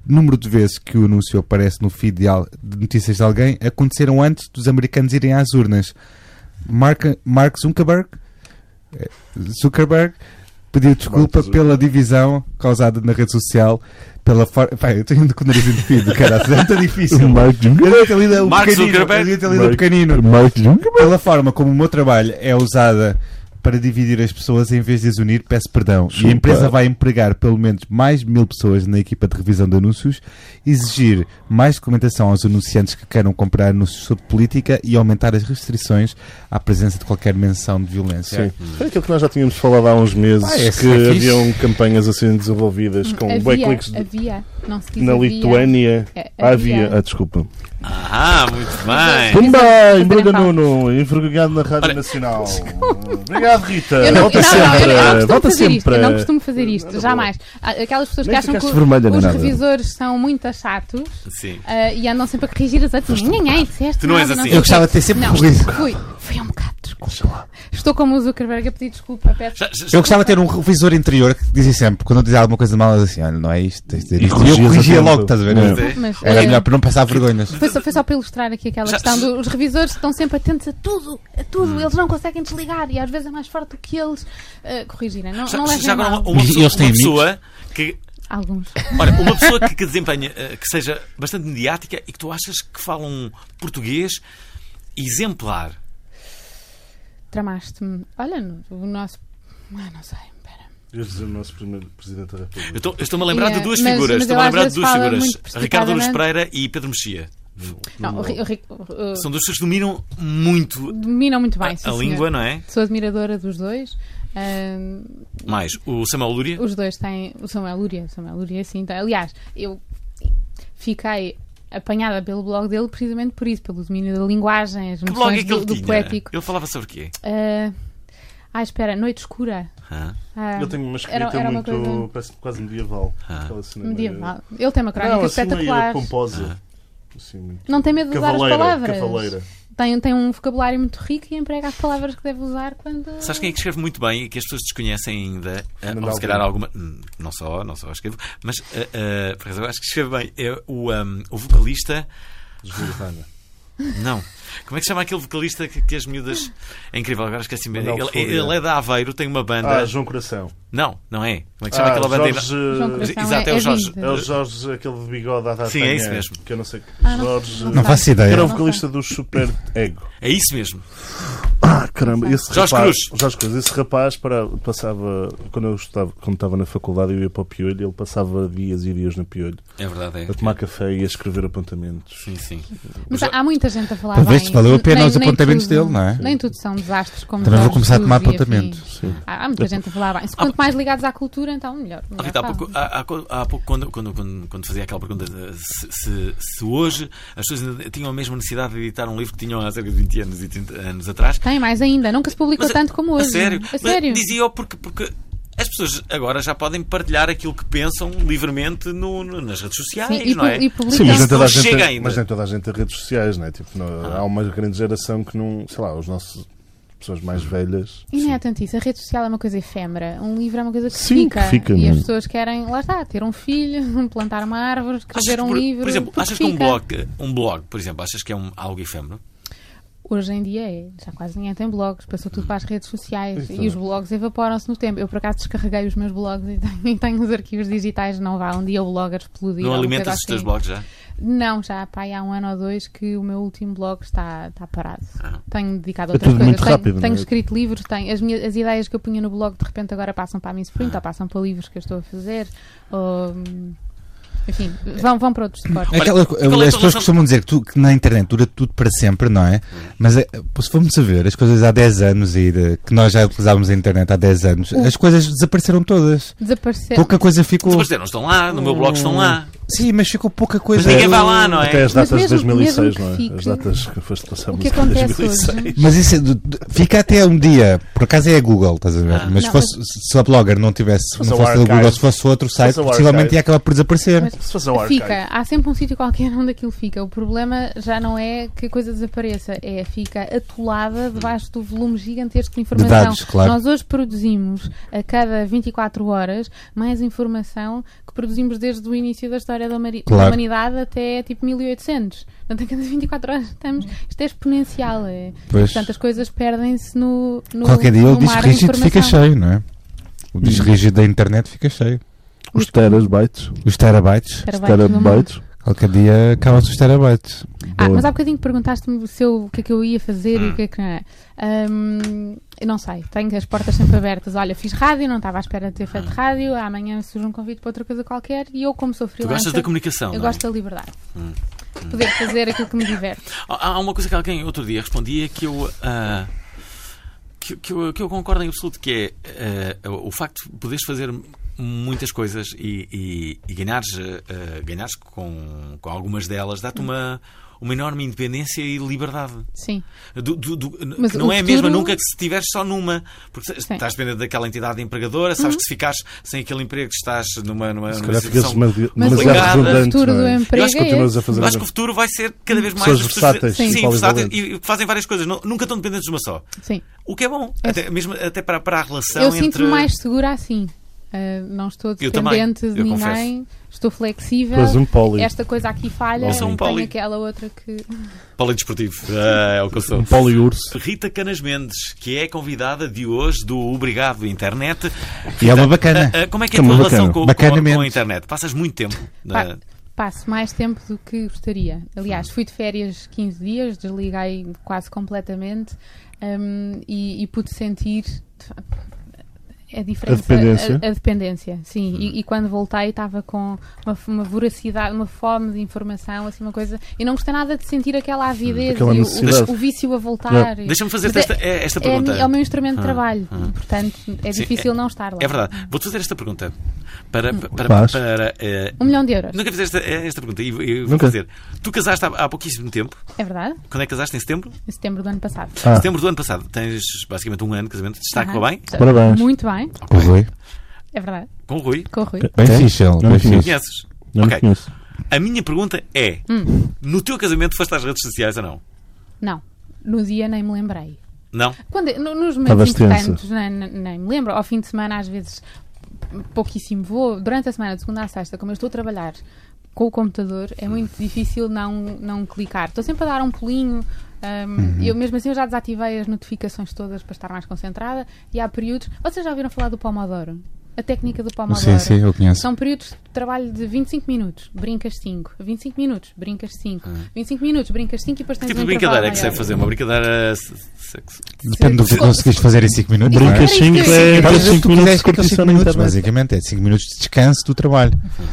S2: número de vezes que o anúncio aparece no feed de, al- de notícias de alguém, aconteceram antes dos americanos irem às urnas. Mark, Mark Zuckerberg, eh, Zuckerberg pediu desculpa pela divisão causada na rede social. Pela for... Pai, eu tenho um nariz entupido, cara, é tão difícil.
S3: O Mark
S2: Eu devia ter lido o
S1: Mark
S2: pequenino,
S1: Zuckerberg.
S2: eu devia ter lido o
S3: Mark-
S2: pequenino
S3: Mark Zuckerberg.
S2: pela forma como o meu trabalho é usada para dividir as pessoas em vez de as unir, peço perdão. E a empresa vai empregar pelo menos mais mil pessoas na equipa de revisão de anúncios, exigir mais documentação aos anunciantes que queiram comprar anúncios sobre política e aumentar as restrições à presença de qualquer menção de violência.
S3: Sim. Foi aquilo que nós já tínhamos falado há uns meses,
S2: É. Ah, esse
S3: que
S2: é fixe.
S3: haviam campanhas assim desenvolvidas com
S4: havia,
S3: backlinks de-
S4: havia. Não se diz
S3: na
S4: havia.
S3: Lituânia.
S4: É, havia.
S3: Havia, ah, desculpa.
S1: Ah, muito bem.
S3: Pumba, embrulha
S4: pausa.
S3: Nuno, envergonhado na Rádio
S1: Olha.
S3: Nacional. Obrigado, Rita.
S4: Eu não,
S3: Volta
S4: eu não-
S3: sempre.
S4: eu não costumo
S3: Volta
S4: fazer
S3: sempre.
S4: isto, eu não costumo fazer isto, jamais. Há Aquelas pessoas
S3: Nem
S4: que acham que
S3: ficaste vermelha, nem
S4: os
S3: nada.
S4: revisores são muito chatos
S1: Sim.
S4: ah, e andam sempre a corrigir as outras. Ninguém disseste
S1: Tu não és
S4: nada,
S1: assim.
S4: sei
S1: Eu
S4: o quê.
S2: de ter sempre um
S4: Não, fui, fui um bocado desculpa. Estou como o Zuckerberg a pedir desculpa, peço
S1: Já- já-
S2: Eu gostava de ter um revisor interior que dizia sempre, quando eu dizia alguma coisa mal, assim, olha, não é isto, tens de dizer
S3: E
S2: isto. E eu
S3: corrigias a
S2: corrigia
S3: tempo.
S2: logo, estás a ver?
S3: Não. é?
S1: já-
S4: mas
S2: Era
S4: eh,
S2: melhor para não passar vergonhas.
S4: Foi só, foi só para ilustrar aqui aquela
S1: Já- Hum.
S4: questão dos revisores que estão sempre atentos a tudo, a tudo, eles não conseguem desligar e às vezes é mais forte do que eles eh, corrigirem. Não,
S1: já-
S4: não levem
S1: já agora
S4: mal.
S1: uma, uma
S2: Mas
S1: pessoa-
S2: eles têm
S1: uma
S2: amigos?
S1: pessoa que
S4: Alguns.
S1: Olha, uma pessoa que, que desempenha, eh, que seja bastante mediática e que tu achas que fala um português exemplar.
S4: Tramaste-me. Olha, no- o nosso. Ah, não sei, pera.
S3: Este é o nosso primeiro presidente da República.
S1: Eu estou- eu estou-me a lembrar
S4: Yeah,
S1: de duas
S4: mas-
S1: figuras.
S4: mas
S1: Estou-me a
S4: ele às
S1: lembrar de
S4: vezes
S1: duas
S4: fala
S1: figuras.
S4: muito
S1: Ricardo Nunes
S4: precipitadamente.
S1: Pereira e Pedro Mexia.
S4: Não, o, Ri- o, Ri- o- o-
S1: São duas pessoas que dominam muito
S4: dominam muito bem.
S1: a-
S4: sim,
S1: a
S4: senhor.
S1: língua, não é?
S4: Sou admiradora dos dois. Ah, Ahn,
S1: Mais o Samuel Lúria.
S4: os dois têm. O Samuel Lúria, o Samuel Lúria, sim. tem- Aliás, eu fiquei apanhada pelo blog dele precisamente por isso, pelo domínio da linguagem, as
S1: Que blog é
S4: noções
S1: que ele
S4: do, do
S1: tinha?
S4: poético.
S1: Ele falava sobre quê?
S4: Ah, ah, espera, Noite Escura.
S1: Hã?
S4: Ah,
S3: Eu tenho uma escrita
S4: era- era uma
S3: muito,
S4: coisa-
S3: parece quase medieval.
S1: Ah.
S3: Aquela cena meio-
S4: medieval. um Ele tem uma crónica
S3: né? Não, assim meio
S4: espetacular.
S3: pomposa.
S1: Ah.
S3: Assim, muito-
S4: Não tem medo de usar as
S3: Cavaleira,
S4: palavras.
S3: cavaleira.
S4: Tem, tem um vocabulário muito rico e emprega as palavras que deve usar quando.
S1: Sabes quem é que escreve muito bem e que as pessoas desconhecem ainda? Ah,
S3: Fernando
S1: ou se calhar
S3: Alvim.
S1: alguma. hum, Não só, não só escrevo. Mas ah, ah, por acaso eu acho que escreve bem. É o, ahm, o vocalista.
S3: Desvalorizada.
S1: Não. Como é que se chama aquele vocalista que, que as miúdas. É incrível, agora esqueci-me. Ele,
S3: Manuel
S1: ele- ele é da Aveiro, tem uma banda.
S3: Ah, João Coração.
S1: Não, não é. Como é que se chama
S3: Ah,
S1: aquela banda?
S3: Jorge...
S4: João Coração
S1: Exato, é o
S4: é
S1: Jorge.
S4: vindo.
S3: É o Jorge, aquele de bigode à
S1: Sim, é isso mesmo.
S3: Que eu não sei.
S4: Ah, não-
S3: Jorge.
S2: Não faço
S3: que era um o
S2: ideia.
S3: vocalista do Super Ego.
S1: É isso mesmo.
S3: Ah, caramba, esse
S1: Jorge
S3: rapaz,
S1: Cruz.
S3: Jorge Cruz, esse rapaz para, passava, quando eu estava, quando estava na faculdade eu ia para o Piolho, ele passava dias e dias no Piolho,
S1: É verdade, é.
S3: a tomar café e a escrever apontamentos.
S1: Sim, sim.
S4: Mas há, há muita gente a falar.
S2: Por vezes
S4: bem.
S2: valeu a pena
S4: Nem-
S2: os
S4: nem
S2: apontamentos
S4: tudo-
S2: dele, não é?
S4: Nem tudo são desastres como
S2: Também vou
S4: Jorge
S2: começar a tomar
S4: Cruz e
S2: apontamento.
S4: afins. Há, há muita gente a falar bem. Se quanto mais ligados à cultura, então melhor.
S1: Ah,
S4: melhor
S1: Rita, há
S4: fala.
S1: pouco, há- há co- há pouco, quando, quando, quando, quando fazia aquela pergunta de, se, se- se hoje as pessoas ainda tinham a mesma necessidade de editar um livro que tinham há cerca de 20 anos e 30 anos atrás.
S4: Tem mais ainda. Nunca se publicou
S1: Mas é- a-
S4: tanto como
S1: a
S4: hoje.
S1: sério?
S4: A sério.
S1: Mas dizia eu porque, porque as pessoas agora já podem partilhar aquilo que pensam livremente no- no- nas redes sociais,
S4: Sim, e,
S1: não
S4: pu-
S1: é?
S4: e
S3: Sim,
S4: publicar.
S3: mas nem,
S1: Isso
S3: toda a
S1: não
S3: gente,
S1: chega
S3: tem-
S1: ainda. Ah.
S3: mas
S1: Mas,
S3: nem-
S6: toda a gente tem redes sociais, não é? Tipo, não- há uma grande geração que não. Sei lá, os nossos. pessoas mais velhas.
S4: E nem é tanto isso. A rede social é uma coisa efêmera. Um livro é uma coisa que
S3: Sim, que
S4: fica.
S3: fica,
S4: e
S3: não é?
S4: as pessoas querem, lá está, ter um filho, plantar uma árvore, escrever um
S1: por,
S4: livro.
S1: por exemplo,
S4: porque
S1: achas que um
S4: fica.
S1: blog, um blog, por exemplo, achas que é um, algo efêmero?
S4: Hoje em dia é. Já quase ninguém tem blogs. Passou tudo para as redes sociais.
S6: Isso
S4: e
S6: também.
S4: os
S1: tá.
S4: blogs evaporam-se no tempo. Eu, por acaso, descarreguei os meus blogs e tenho, e tenho os arquivos digitais. Não vá, um dia o blog a explodir.
S1: não
S4: ou uma coisa
S1: alimentas os teus
S4: assim.
S1: blogs já?
S4: Não, já pá, há um ano ou dois que o meu último blog está, está parado.
S1: Ah.
S4: Tenho dedicado a
S3: É
S4: outras
S3: tudo
S4: coisas.
S3: muito
S4: Tenho-
S3: rápido, não
S4: tenho
S3: é?
S4: escrito livros, tenho, as, minhas, as ideias que eu punha no blog de repente agora passam para a Miss
S1: Ah.
S4: Print ou passam para livros que eu estou a fazer. Ou, hum, enfim, vão, vão para outros
S2: É
S4: suportes.
S2: Aquela,
S1: qual é a tua
S2: as pessoas
S1: relação-
S2: costumam dizer que, tu- que na internet dura tudo para sempre, não é? Mas é, se formos a ver, as coisas há 10 anos e de- que nós já utilizávamos a internet há 10 anos, as coisas desapareceram todas.
S4: Desaparecer.
S2: Pouca coisa ficou.
S1: Mas não estão lá, no meu blog estão lá.
S2: Sim, mas ficou pouca
S1: Mas
S2: coisa.
S1: ninguém vai lá, não
S3: Até
S1: é?
S3: as datas
S4: Mas mesmo-
S3: de 2006,
S4: mesmo
S3: não é?
S4: que
S3: As
S4: fique,
S3: datas que foste passar
S4: o que
S3: música em
S4: acontece
S3: 2006.
S4: hoje?
S2: Mas isso é do- do- fica até um dia. Por acaso é a Google, estás a ver?
S1: Ah.
S2: mas
S4: Não,
S2: fosse- se a blogger não tivesse,
S3: fosse
S2: não
S3: o
S2: fosse a da Google,
S3: archive.
S2: se fosse outro site,
S3: fosse o
S2: possivelmente
S3: archive.
S2: ia acabar por desaparecer.
S4: Mas-
S3: Se fosse ao archive.
S4: Fica, há sempre um sítio qualquer onde aquilo fica. O problema já não é que a coisa desapareça, é fica atolada debaixo do volume gigantesco de informação.
S2: dados, Hum. claro.
S4: Nós hoje produzimos a cada 24 horas mais informação que produzimos desde o início da história da, humani- da
S2: Claro.
S4: humanidade até tipo 1800. Portanto, a cada 24 horas estamos. Isto é exponencial. É.
S2: Pois.
S4: Portanto, as coisas perdem-se no, no.
S2: Qualquer dia
S4: no
S2: o disco
S4: mar de
S2: rígido fica
S4: informação. Hum.
S2: cheio, não é? O disco rígido da internet fica cheio.
S3: Os terabytes.
S2: Os terabytes,
S4: Parabéns, todo mundo.
S3: Terabytes.
S2: qualquer dia acabam-se os terabytes.
S4: Ah,
S3: Boa.
S4: mas há bocadinho perguntaste-me se eu- o que é que eu ia fazer
S1: Hum.
S4: e o que é que não é. Ahm, eu não sei, tenho as portas sempre abertas. Olha, fiz rádio, não estava à espera de ter
S1: Ah.
S4: feito rádio. Amanhã surge um convite para outra coisa qualquer e eu, como sou
S1: Tu
S4: freelancer,
S1: gostas da comunicação, não é?
S4: eu
S1: Hum.
S4: gosto da liberdade. Poder fazer aquilo que me diverte.
S1: Há há uma coisa que alguém outro dia respondia que eu. ah, que, que eu, que eu concordo em absoluto, que é ah, o facto de poderes fazer muitas coisas e, e- e ganhares, ah, ah, ganhares com, com algumas delas, dá-te uma, uma enorme independência e liberdade.
S4: Sim.
S1: Do- do- do-
S4: Mas
S1: que não
S4: o
S1: é a mesma
S4: futuro-
S1: nunca que se estiveres só numa. Porque se-
S4: Sim. Uhum.
S1: estás dependendo daquela entidade empregadora, sabes que se ficares sem aquele emprego, estás numa, numa,
S3: Se
S1: numa
S3: calhar ficas
S1: situação.
S3: demasiado
S4: Mas o
S1: Obrigado.
S3: redundante.
S4: futuro
S3: não
S4: do
S3: é?
S4: emprego
S3: Acho que continuas
S4: é
S3: a fazer. um
S1: Eu acho que o futuro vai ser cada vez mais.
S3: Pessoas
S1: as pessoas-
S3: versáteis,
S1: sim,
S3: polivalentes.
S1: versáteis e que fazem várias coisas, não- nunca estão dependentes de uma só.
S4: Sim.
S1: O que é bom,
S4: É.
S1: até, mesmo até para, para a relação
S4: eu
S1: Então, entre.
S4: sinto-me mais segura assim. Ah, não estou
S1: Eu também,
S4: dependente de
S1: eu
S4: ninguém, estou flexível.
S3: Tu és um poli.
S4: Esta coisa aqui falha,
S3: Eu
S1: sou um
S4: tenho
S1: poli.
S4: aquela outra que.
S1: Polidesportivo. Ah, é o que eu sou.
S3: Um poliurso.
S1: Rita Canas Mendes, que é a convidada de hoje do Obrigado Internet.
S2: E é uma bacana.
S1: Ah, ah, como é que é a
S3: Que é
S1: tua
S3: uma
S1: relação
S3: bacana.
S1: com, com,
S2: Bacanamente.
S1: com a internet? Passas muito tempo.
S4: Pa-
S1: na-
S4: Passo mais tempo do que gostaria. Aliás, fui de férias 15 dias, desliguei quase completamente hum, e, e pude sentir de fa- a diferença.
S3: A dependência.
S4: a- a dependência, sim. E, e quando voltei estava com uma, f- uma voracidade, uma fome de informação, assim, uma coisa. E não gostei nada de sentir aquela avidez
S3: Aquela
S4: e o-
S3: necessidade.
S4: o, o vício a voltar.
S3: Yeah.
S4: E-
S1: Deixa-me fazer-te
S4: Mas
S1: esta, é- esta
S4: é, a
S1: pergunta.
S4: mi- é o meu instrumento de
S1: Ah,
S4: trabalho, portanto é
S1: Sim,
S4: difícil não estar lá.
S1: É verdade. Vou-te fazer esta pergunta. Para.
S4: Hum.
S1: para, para,
S3: Faz.
S1: eh,
S4: Um milhão de euros,
S1: Nunca fiz esta, esta pergunta e e vou
S3: Nunca.
S1: fazer. Tu casaste há, há pouquíssimo tempo.
S4: é verdade?
S1: Quando é que casaste? Em setembro?
S4: Em setembro do ano passado.
S3: Ah,
S1: Setembro do ano passado. Tens basicamente um ano de casamento. Está a correr
S4: Aham.
S1: bem?
S3: Parabéns.
S4: Muito bem,
S2: O Rui.
S4: é verdade.
S1: Com o Rui?
S4: Com o Rui.
S2: Bem
S3: Ok.
S2: fixe, ele.
S3: Não
S2: Bem
S3: tinha.
S2: fixe.
S1: Conheces?
S3: não
S1: Ok.
S3: conheço.
S1: A minha pergunta é:
S4: Hum.
S1: no teu casamento foste às redes sociais ou não?
S4: Não, no dia nem me lembrei.
S1: Não?
S4: Quando, é, no- nos momentos
S3: Estavas tensa.
S4: importantes, nem, nem- é? nem me lembro. Ao fim de semana, às vezes, pouquíssimo vou. Durante a semana, de segunda à sexta, como eu estou a trabalhar com o computador, é muito difícil não, não clicar. Estou sempre a dar um pulinho.
S2: Uhum.
S4: hum, Eu mesmo assim eu já desativei as notificações todas para estar mais concentrada e há períodos. Vocês já ouviram falar do Pomodoro? A técnica do Pomodoro.
S2: Sim, sim, eu conheço.
S4: São períodos de trabalho de 25 minutos, brincas 5, 25 minutos, brincas 5, 25 minutos, brincas 5 e depois tens
S1: tipo
S4: um
S1: de brincadeira
S4: intervalo
S1: é que sei
S4: maior.
S1: fazer, uma brincadeira se- sexo.
S2: Depende do que conseguiste fazer em 5 minutos. não é?
S3: Brincas
S4: Sim,
S3: 5
S4: sim.
S3: é
S2: Então,
S3: aqueles
S2: se tu
S3: 5 minutos
S2: quiseres
S3: de
S2: que aqueles
S3: competição
S2: cinco
S3: na
S2: minutos,
S3: internet.
S2: basicamente, é 5 minutos de descanso do trabalho.
S4: Sim.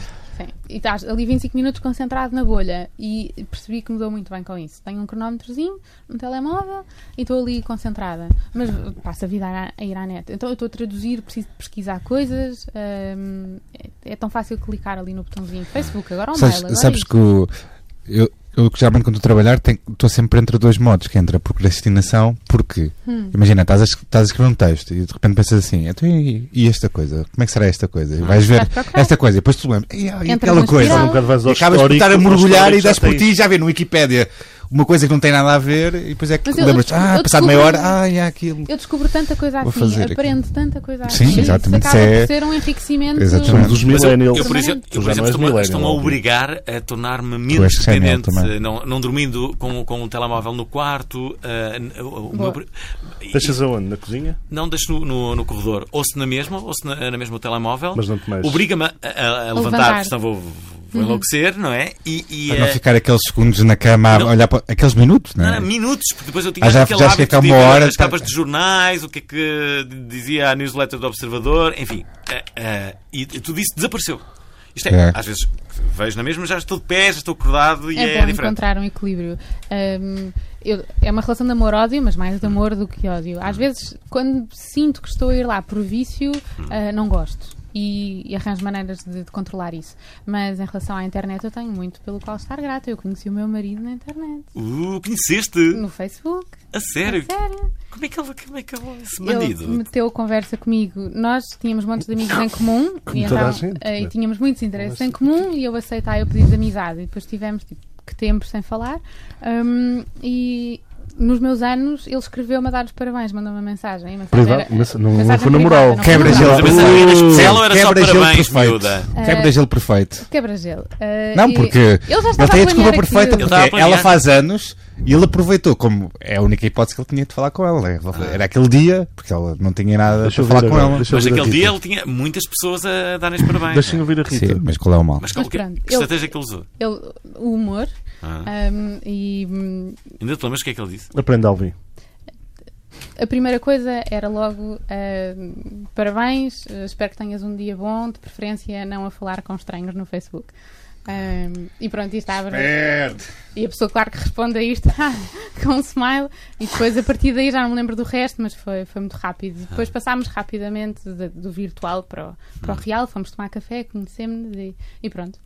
S4: E estás ali 25 minutos concentrado na bolha e percebi que me dou muito bem com isso. Tenho um cronómetrozinho, um telemóvel e estou ali concentrada. Mas uh, passo a vida a, a ir à net. Então eu estou a traduzir, preciso de pesquisar coisas. hum, é, é tão fácil clicar ali no botãozinho Facebook, agora o mail.
S2: Sabes,
S4: Agora
S2: sabes
S4: isto.
S2: que o- eu, eu geralmente quando estou a trabalhar tenho- estou sempre entre dois modos, que é entre a procrastinação, porque
S4: Hum.
S2: imagina, estás a, es- estás a escrever um texto e de repente pensas assim, "Então, e, e esta coisa? Como é que será esta coisa? E vais ver
S4: Vais procurar.
S2: esta coisa e depois te lembras, e, e
S4: Entra
S2: aquela
S4: numa
S2: coisa.
S4: espiral.
S3: Um bocado vais
S2: E
S3: ao
S2: acabas por estar a
S3: histórico,
S2: mergulhar
S3: ao
S2: e das por
S3: histórico já
S2: ti já vê no Wikipédia uma coisa que não tem nada a ver e depois é que
S4: Mas eu-
S2: lembras,
S4: eu um-"
S2: ah,
S4: descobri-
S2: passado meia hora, ah, e há aquilo.
S4: Eu descubro tanta coisa
S2: Vou
S4: assim,
S2: fazer aqui.
S4: aprendo tanta coisa
S2: Sim,
S4: assim.
S2: exatamente,
S4: Isso acaba
S2: isso é-
S4: por ser um enriquecimento.
S2: Exatamente.
S3: Dos
S1: Mas eu,
S3: millennials.
S1: eu, por exemplo,
S3: é Tu
S1: eu, por
S3: já
S1: exemplo
S3: não és
S1: estou-me a-
S3: millennial,
S1: estão-me a
S3: Alvin.
S1: obrigar a tornar-me
S2: és
S1: menos
S2: sénior
S1: dependente,
S2: também.
S1: eh, não, não dormindo com, com o telemóvel no quarto. eh, n- o- o meu
S4: Boa.
S1: pre- e-
S3: Deixas aonde? Na cozinha?
S1: Não deixo no, no, no corredor. Ouço na mesma, ouço na, na mesma o telemóvel.
S3: Mas não te mexes.
S1: Obriga-me a, a- a levantar,
S4: levantar. Uhum.
S1: senão vou, vou enlouquecer, não é? E, e,
S2: Para Ah, não
S1: eh,
S2: ficar aqueles segundos na cama a
S1: Não.
S2: olhar para aqueles minutos, não
S1: não,
S2: é?
S1: não, minutos, porque depois eu tinha
S2: Ah, já-
S1: aquele
S2: já
S1: hábito
S2: fica
S1: de
S2: uma
S1: ver
S2: hora,
S1: as
S2: tá-
S1: capas de jornais, o que é que dizia a newsletter do Observador, enfim. eh, eh, e tudo isso desapareceu. Isto é,
S2: É.
S1: às vezes vejo na mesma, já estou de pé, já estou acordado e
S4: É
S1: é,
S4: bom
S1: diferente.
S4: encontrar um equilíbrio. Hum, eu- é uma relação de amor-ódio, mas mais de amor do que ódio.
S1: Hum.
S4: Às vezes, quando sinto que estou a ir lá por vício,
S1: Hum.
S4: ah, não gosto. E, e arranjo maneiras de, de controlar isso. Mas em relação à internet, eu tenho muito pelo qual estar grata. Eu conheci o meu marido na internet,
S1: Uh, conheceste?
S4: no Facebook.
S1: A sério?
S4: Sério?
S1: Como é que ele, como é que ele esse
S4: Ele
S1: bandido?
S4: meteu conversa comigo. Nós tínhamos montes de amigos em comum e,
S3: toda
S4: então,
S3: a gente,
S4: eh, e
S3: né?
S4: tínhamos muitos interesses em comum e eu aceitei o pedido de amizade. E depois tivemos tipo, que tempo sem falar. Hum, e nos meus anos ele escreveu-me a dar os parabéns, mandou-me uma mensagem. E a mensagem
S3: Privado?
S4: era-
S3: Mas não- não
S4: mensagem
S3: foi na
S4: privada,
S3: moral.
S4: não foi
S2: Quebra
S4: na
S2: gelo.
S1: Mas a mensagem era especial ou era só
S2: Quebra-gelo
S1: parabéns,
S2: perfeito.
S1: miúda?
S4: É.
S2: Quebra gelo perfeito.
S4: Quebra gelo. Eh,
S2: Não,
S4: e-
S2: porque
S4: ele já estava
S2: ele tem a
S4: planear
S2: desculpa
S4: aquilo.
S2: perfeita
S1: Ele estava a
S2: porque
S1: planear.
S2: ela faz anos e ele aproveitou, como é a única hipótese que ele tinha de falar com ela. né? Era aquele dia, porque ela não tinha nada
S3: Deixa eu
S2: para falar
S3: ver
S2: com
S3: agora,
S2: ela.
S3: deixa eu
S1: Ah. Mas
S3: ver a
S1: naquele dia
S3: Rita.
S1: ele tinha muitas pessoas a darem os parabéns.
S3: Deixem ouvir a Rita.
S2: Sim, mas qual é o mal?
S1: Mas,
S4: Mas
S1: que,
S4: pronto,
S1: que
S4: ele-
S1: estratégia é que ele usou?
S4: Ele- o humor.
S1: Ah.
S4: hum, e hum,
S1: Ainda te lembras o que é que ele disse?
S3: Aprende, Alvin.
S4: A primeira coisa era logo ah, parabéns, eh, espero que tenhas um dia bom, de preferência não a falar com estranhos no Facebook. Ah, e pronto, isto abre. E a pessoa, claro, que responde a isto com um smile. E depois, a partir daí, já não me lembro do resto, mas foi, foi muito rápido. Depois passámos rapidamente de- do virtual para o, para o real, fomos tomar café, conhecemos-nos e, e pronto.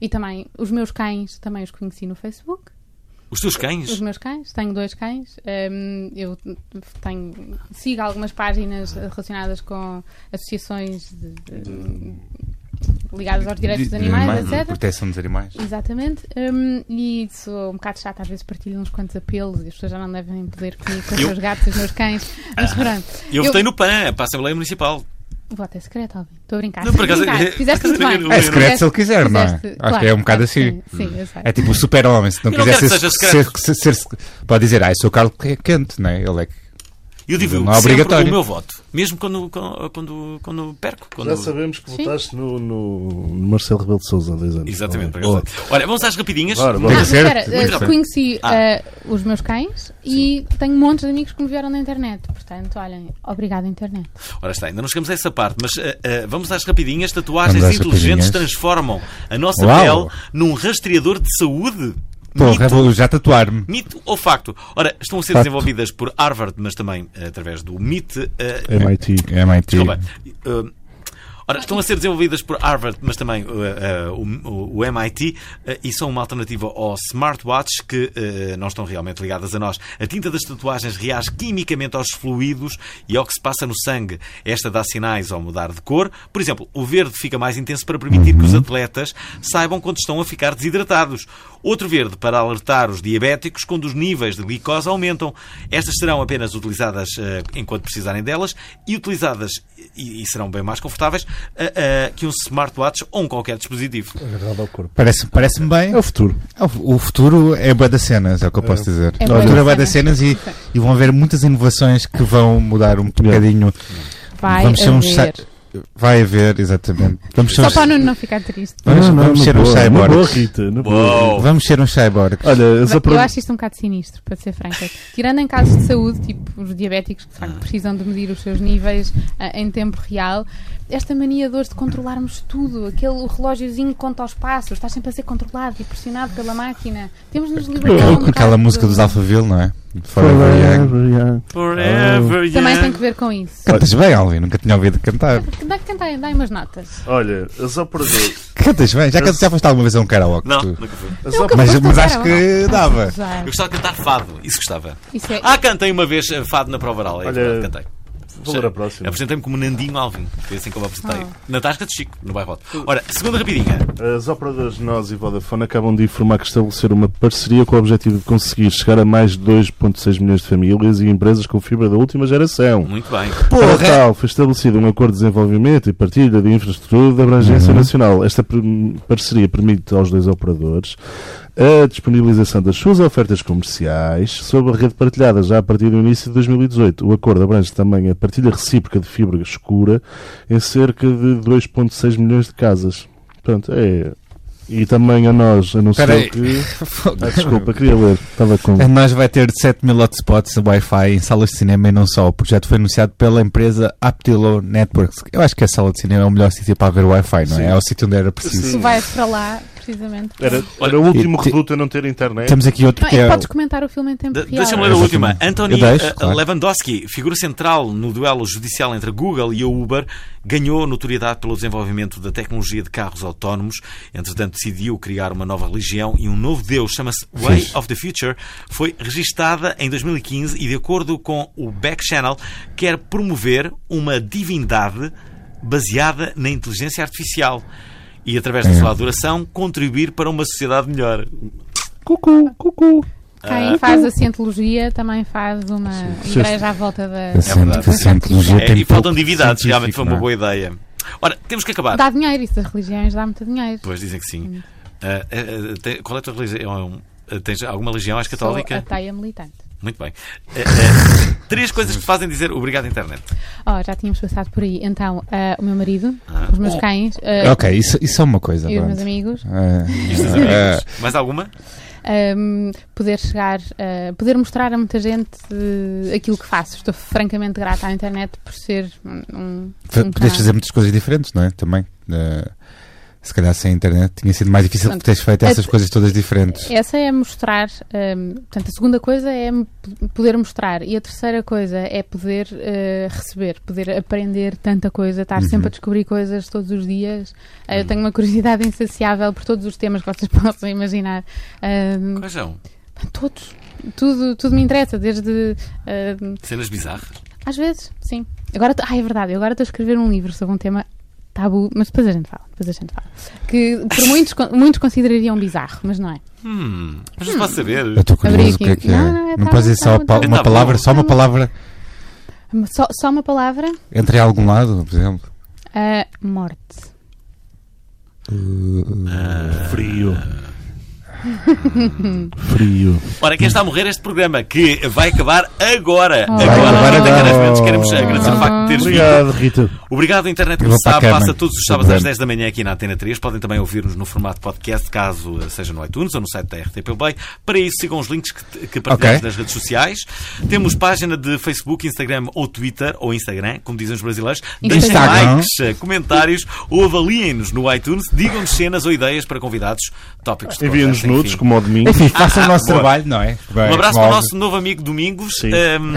S4: E também, os meus cães, também os conheci no Facebook.
S1: Os teus cães?
S4: Os meus cães, tenho dois cães. hum, eu tenho, sigo algumas páginas relacionadas com associações de- de- ligadas aos direitos dos animais,
S2: de
S4: etc.
S2: Proteção dos animais.
S4: Exatamente. hum, e sou um bocado chata, às vezes partilho uns quantos apelos e as pessoas já não devem poder comigo com os
S1: Eu- Ah.
S4: meus gatos e os meus cães. Mas pronto.
S1: Eu votei no PAN, para a Assembleia Municipal.
S4: Voto é secreto, óbvio. Estou a brincar.
S1: Não,
S4: Estou a
S1: por acaso-
S4: brincar. Fizeste
S1: por
S4: muito
S1: acaso
S4: bem.
S1: eu-
S2: É secreto se ele quiser, não é?
S4: Fizeste-
S2: Acho que é
S4: claro,
S2: um bocado
S4: claro,
S2: assim.
S4: Sim, sim, eu sei.
S2: É tipo o super-homem, se não
S1: Eu não
S2: quiser
S1: quero
S2: ser,
S1: que seja
S2: ser,
S1: secreto.
S2: ser, ser- Pode dizer, ah, eu sou o Carlos que é quente, não é? Ele é que.
S1: Eu divulgo
S2: Não é
S1: sempre
S2: obrigatório.
S1: o meu voto. Mesmo quando, quando, quando, quando perco. Quando...
S3: Já sabemos que
S4: Sim.
S3: votaste no, no- no Marcelo Rebelo de Souza há dois anos.
S1: Exatamente.
S3: Não é?
S1: por acaso. Olha, vamos às rapidinhas.
S3: Bora,
S4: Ah,
S3: bora.
S4: mas
S2: Certo,
S4: espera, eh,
S1: certo.
S4: conheci
S1: Ah.
S4: eh, os meus cães e tenho montes de amigos que me vieram na internet. Portanto, olhem, obrigado internet.
S1: Ora está, ainda não chegamos a essa parte, mas ah, ah, vamos às rapidinhas. Tatuagens
S2: Vamos às
S1: inteligentes
S2: rapidinhas.
S1: transformam a nossa
S2: Uau.
S1: pele num rastreador de saúde.
S2: Porra,
S1: Mito.
S2: vou já tatuar-me.
S1: Mito ou facto? Ora, estão a ser
S2: Facto.
S1: desenvolvidas por Harvard, mas também eh, através do MIT. eh,
S3: MIT.
S2: É, mãe, tio.
S1: Desculpa. Eh, Ora, estão a ser desenvolvidas por Harvard, mas também eh, eh, o- o, o MIT, eh, e são uma alternativa ao smartwatch que eh, não estão realmente ligadas a nós. A tinta das tatuagens reage quimicamente aos fluidos e ao que se passa no sangue. Esta dá sinais ao mudar de cor. Por exemplo, o verde fica mais intenso para permitir que os atletas saibam quando estão a ficar desidratados. Outro verde para alertar os diabéticos quando os níveis de glicose aumentam. Estas serão apenas utilizadas eh, enquanto precisarem delas e utilizadas, e, e serão bem mais confortáveis, eh, eh, que um smartwatch ou um qualquer dispositivo.
S3: Agradável ao corpo.
S2: Parece- Parece-me bem.
S3: É o futuro.
S2: O futuro é bué das cenas, é o que eu posso dizer.
S4: É
S2: o
S4: bué
S2: futuro é
S4: das
S2: bué das cenas e, e vão haver muitas inovações que vão mudar um bocadinho.
S4: Vai
S2: Vamos ser um
S4: haver.
S2: sa- Vai haver, exatamente. Vamos ser
S4: Só
S2: uns,
S4: para o Nuno não ficar triste.
S2: vamos,
S3: Não, não,
S2: vamos
S3: na
S2: ser uns
S3: boa, na boa,
S2: cyborgs.
S3: Rita. na boa.
S1: Uau!
S2: Vamos ser uns cyborgs.
S3: Olha, as
S4: Mas
S3: apro-
S4: Eu acho isto um bocado sinistro, para ser franca. Tirando em casos de saúde, tipo os diabéticos que de facto, precisam de medir os seus níveis ah, em tempo real, esta mania de hoje de controlarmos tudo, aquele o relógiozinho que conta os passos, estás sempre a ser controlado e pressionado pela máquina. Temos de nos libertar. um
S2: Com
S4: bocado
S2: aquela música
S4: de-
S2: dos Alphaville, não é? Forever Young.
S3: Young.
S1: Forever
S4: Também tem
S1: young.
S4: que ver com isso.
S2: Cantas bem, Alvin, nunca tinha ouvido cantar.
S4: Dá, canta, dá aí umas notas.
S3: Olha, a só por
S2: Cantas bem, já, can- já foste alguma vez a um karaoke?
S1: Não,
S2: tu?
S1: nunca fui.
S3: a
S4: Nunca
S2: Mas,
S4: foste
S2: mas
S4: a
S2: acho que dava.
S4: Já.
S1: Eu gostava de cantar fado. Isso gostava.
S4: Isso é.
S1: Ah, cantei uma vez eh, fado na prova oral. É
S3: Olha,
S1: verdade, cantei.
S3: vou ler a próxima.
S1: Apresentei-me como Nandinho Alvin. Foi assim como apresentei. Na Tasca de Chico, no bairro Alto. Ora, segunda rapidinha.
S3: As operadoras Nós e Vodafone acabam de informar que estabeleceram uma parceria com o objetivo de conseguir chegar a mais de 2,6 milhões de famílias e empresas com fibra da última geração.
S1: Muito bem.
S3: Para tal, foi estabelecido um acordo de desenvolvimento e partilha de infraestrutura de abrangência nacional. Esta per- parceria permite aos dois operadores a disponibilização das suas ofertas comerciais sob a rede partilhada já a partir do início de 2018. O acordo abrange também a partilha recíproca de fibra escura em cerca de 2,6 milhões de casas. Pronto, é. E também a nós anunciou
S2: Espera aí.
S3: que. Ah, desculpa, queria ler. Estava com.
S2: A nós vai ter 7 mil hotspots de Wi-Fi em salas de cinema e não só. O projeto foi anunciado pela empresa Aptilo Networks. Eu acho que a sala de cinema é o melhor sítio para ver Wi-Fi, não é? É o sítio onde era preciso.
S4: Tu vais para lá, precisamente.
S6: Era, era o último
S2: e te-
S6: reduto a não ter internet.
S2: Temos aqui outro
S4: Não,
S2: que
S4: e
S2: é.
S4: podes comentar o filme em tempo
S1: De-
S4: real.
S1: Deixa-me ler a
S2: Eu
S1: última.
S2: deixo,
S1: Anthony
S2: claro.
S1: eh, Lewandowski, figura central no duelo judicial entre a Google e a Uber, ganhou notoriedade pelo desenvolvimento da tecnologia de carros autónomos. Entretanto, decidiu criar uma nova religião e um novo Deus, chama-se Way of the Future, foi registada em 2015 e, de acordo com o Back Channel, quer promover uma divindade baseada na inteligência artificial. E, através
S2: É.
S1: da sua adoração, contribuir para uma sociedade melhor.
S3: Cucu, cucu.
S1: Ah.
S4: Quem faz a cientologia também faz uma igreja à volta da.
S2: Eu sinto que a cientologia
S1: É,
S2: tem
S1: e faltam
S2: pouco
S1: endividados,
S2: científico,
S1: realmente foi uma
S2: não é?
S1: boa ideia. Ora, temos que acabar.
S4: Dá Hum. dinheiro, isso das religiões dá muito dinheiro.
S1: Pois dizem que sim. Ah, ah, ah, tem- qual é a tua religião? Ah, Tens alguma religião? És
S4: Sou
S1: católica?
S4: ateia militante.
S1: Muito bem. Ah, ah, três coisas que te fazem dizer obrigado, internet.
S4: Oh, já tínhamos passado por aí. Então, ah, o meu marido, os
S1: Oh.
S4: meus cães ah,
S2: Ok, isso, isso é uma coisa.
S4: e os meus
S2: pronto.
S4: amigos.
S2: Ah,
S1: Isto dos
S2: ah,
S1: amigos. Mais alguma?
S4: Ahm, poder chegar, ah, poder mostrar a muita gente ah, aquilo que faço. Estou francamente grata à internet por ser um- um.
S2: fa-
S4: um
S2: Podes
S4: canal.
S2: fazer muitas coisas diferentes, não é? Também. Ah, se calhar sem internet tinha sido mais difícil
S4: Portanto,
S2: teres feito essas
S4: é-
S2: coisas todas diferentes.
S4: Essa é mostrar. ahm, portanto, a segunda coisa é m- poder mostrar. E a terceira coisa é poder ah, receber, poder aprender tanta coisa,
S2: Uhum.
S4: estar sempre a descobrir coisas todos os dias. Ah, Eu tenho uma curiosidade insaciável por todos os temas que vocês possam imaginar. Ahm,
S1: Quais são?
S4: Todos. Tudo, tudo me interessa, desde. ah,
S1: Cenas bizarras?
S4: às vezes, sim. Agora, tô- ah, é verdade, eu agora estou a escrever um livro sobre um tema tabu, mas depois a gente fala. Depois a gente fala. Que por muitos, con- muitos considerariam bizarro, mas não é.
S1: Hum, mas não se pode saber.
S2: Eu estou curioso
S4: Abri
S2: o que é
S4: aqui.
S2: que é.
S4: Não, não, é, tá
S2: podes
S4: bom,
S2: dizer só
S4: tá bom, tá
S2: uma
S1: bom.
S2: palavra, só uma palavra
S4: Só, só uma palavra:
S2: entre algum lado, por exemplo.
S4: a morte.
S3: Frio. Frio.
S1: Ora, quem está a morrer é este programa que vai acabar agora.
S4: Oh.
S1: Agora,
S2: Vai acabar
S1: Rita
S2: agora.
S1: Caras Verdes, queremos agradecer o facto de teres vindo.
S3: Obrigado, Rita.
S1: Obrigado, internet,
S2: Eu
S1: como
S2: vou
S1: se
S2: para a
S1: sabe,
S2: cama.
S1: passa todos os
S2: Sem
S1: sábados às
S2: problema.
S1: 10 da manhã aqui na Antena 3. Podem também ouvir-nos no formato podcast, caso eh, seja no iTunes ou no site da RTP Play. Para isso, sigam os links que, que partilhamos
S2: Ok.
S1: nas redes sociais. Temos página de Facebook, Instagram ou Twitter, ou Instagram, como dizem os brasileiros. Deixem
S2: Instagram.
S1: likes, eh, comentários ou avaliem-nos no iTunes. Digam-nos cenas ou ideias para convidados, tópicos de
S3: Envia-nos
S1: projetos, enfim.
S3: nudes, como o de mim.
S2: Enfim, faça
S1: Ah,
S2: o nosso
S1: boa.
S2: trabalho, não é?
S1: Um abraço para o nosso novo amigo Domingos.
S3: Sim.
S1: Ahm,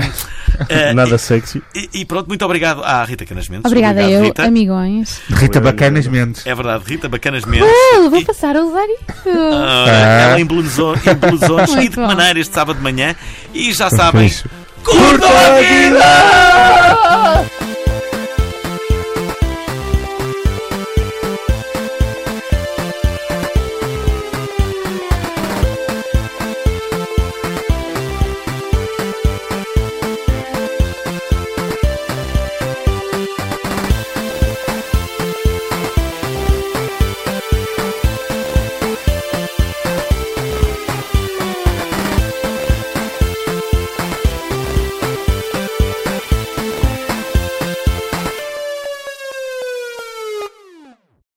S1: eh,
S3: Nada sexy.
S1: e, e pronto, muito obrigado à Rita Canas Mendes.
S4: Obrigada
S1: obrigado,
S4: eu,
S1: Rita.
S4: amigões.
S2: Rita Bacanas Mendes.
S1: É verdade, Rita Bacanas Mendes.
S4: Uh,
S1: E-
S4: vou passar a usar isso.
S1: Ah,
S2: Ah.
S1: Ela embelezou- embelezou-nos e
S4: Muito
S1: de que
S4: bom.
S1: maneira tá este sábado de manhã. E já sabem,
S2: fixe.
S1: curtam a vida!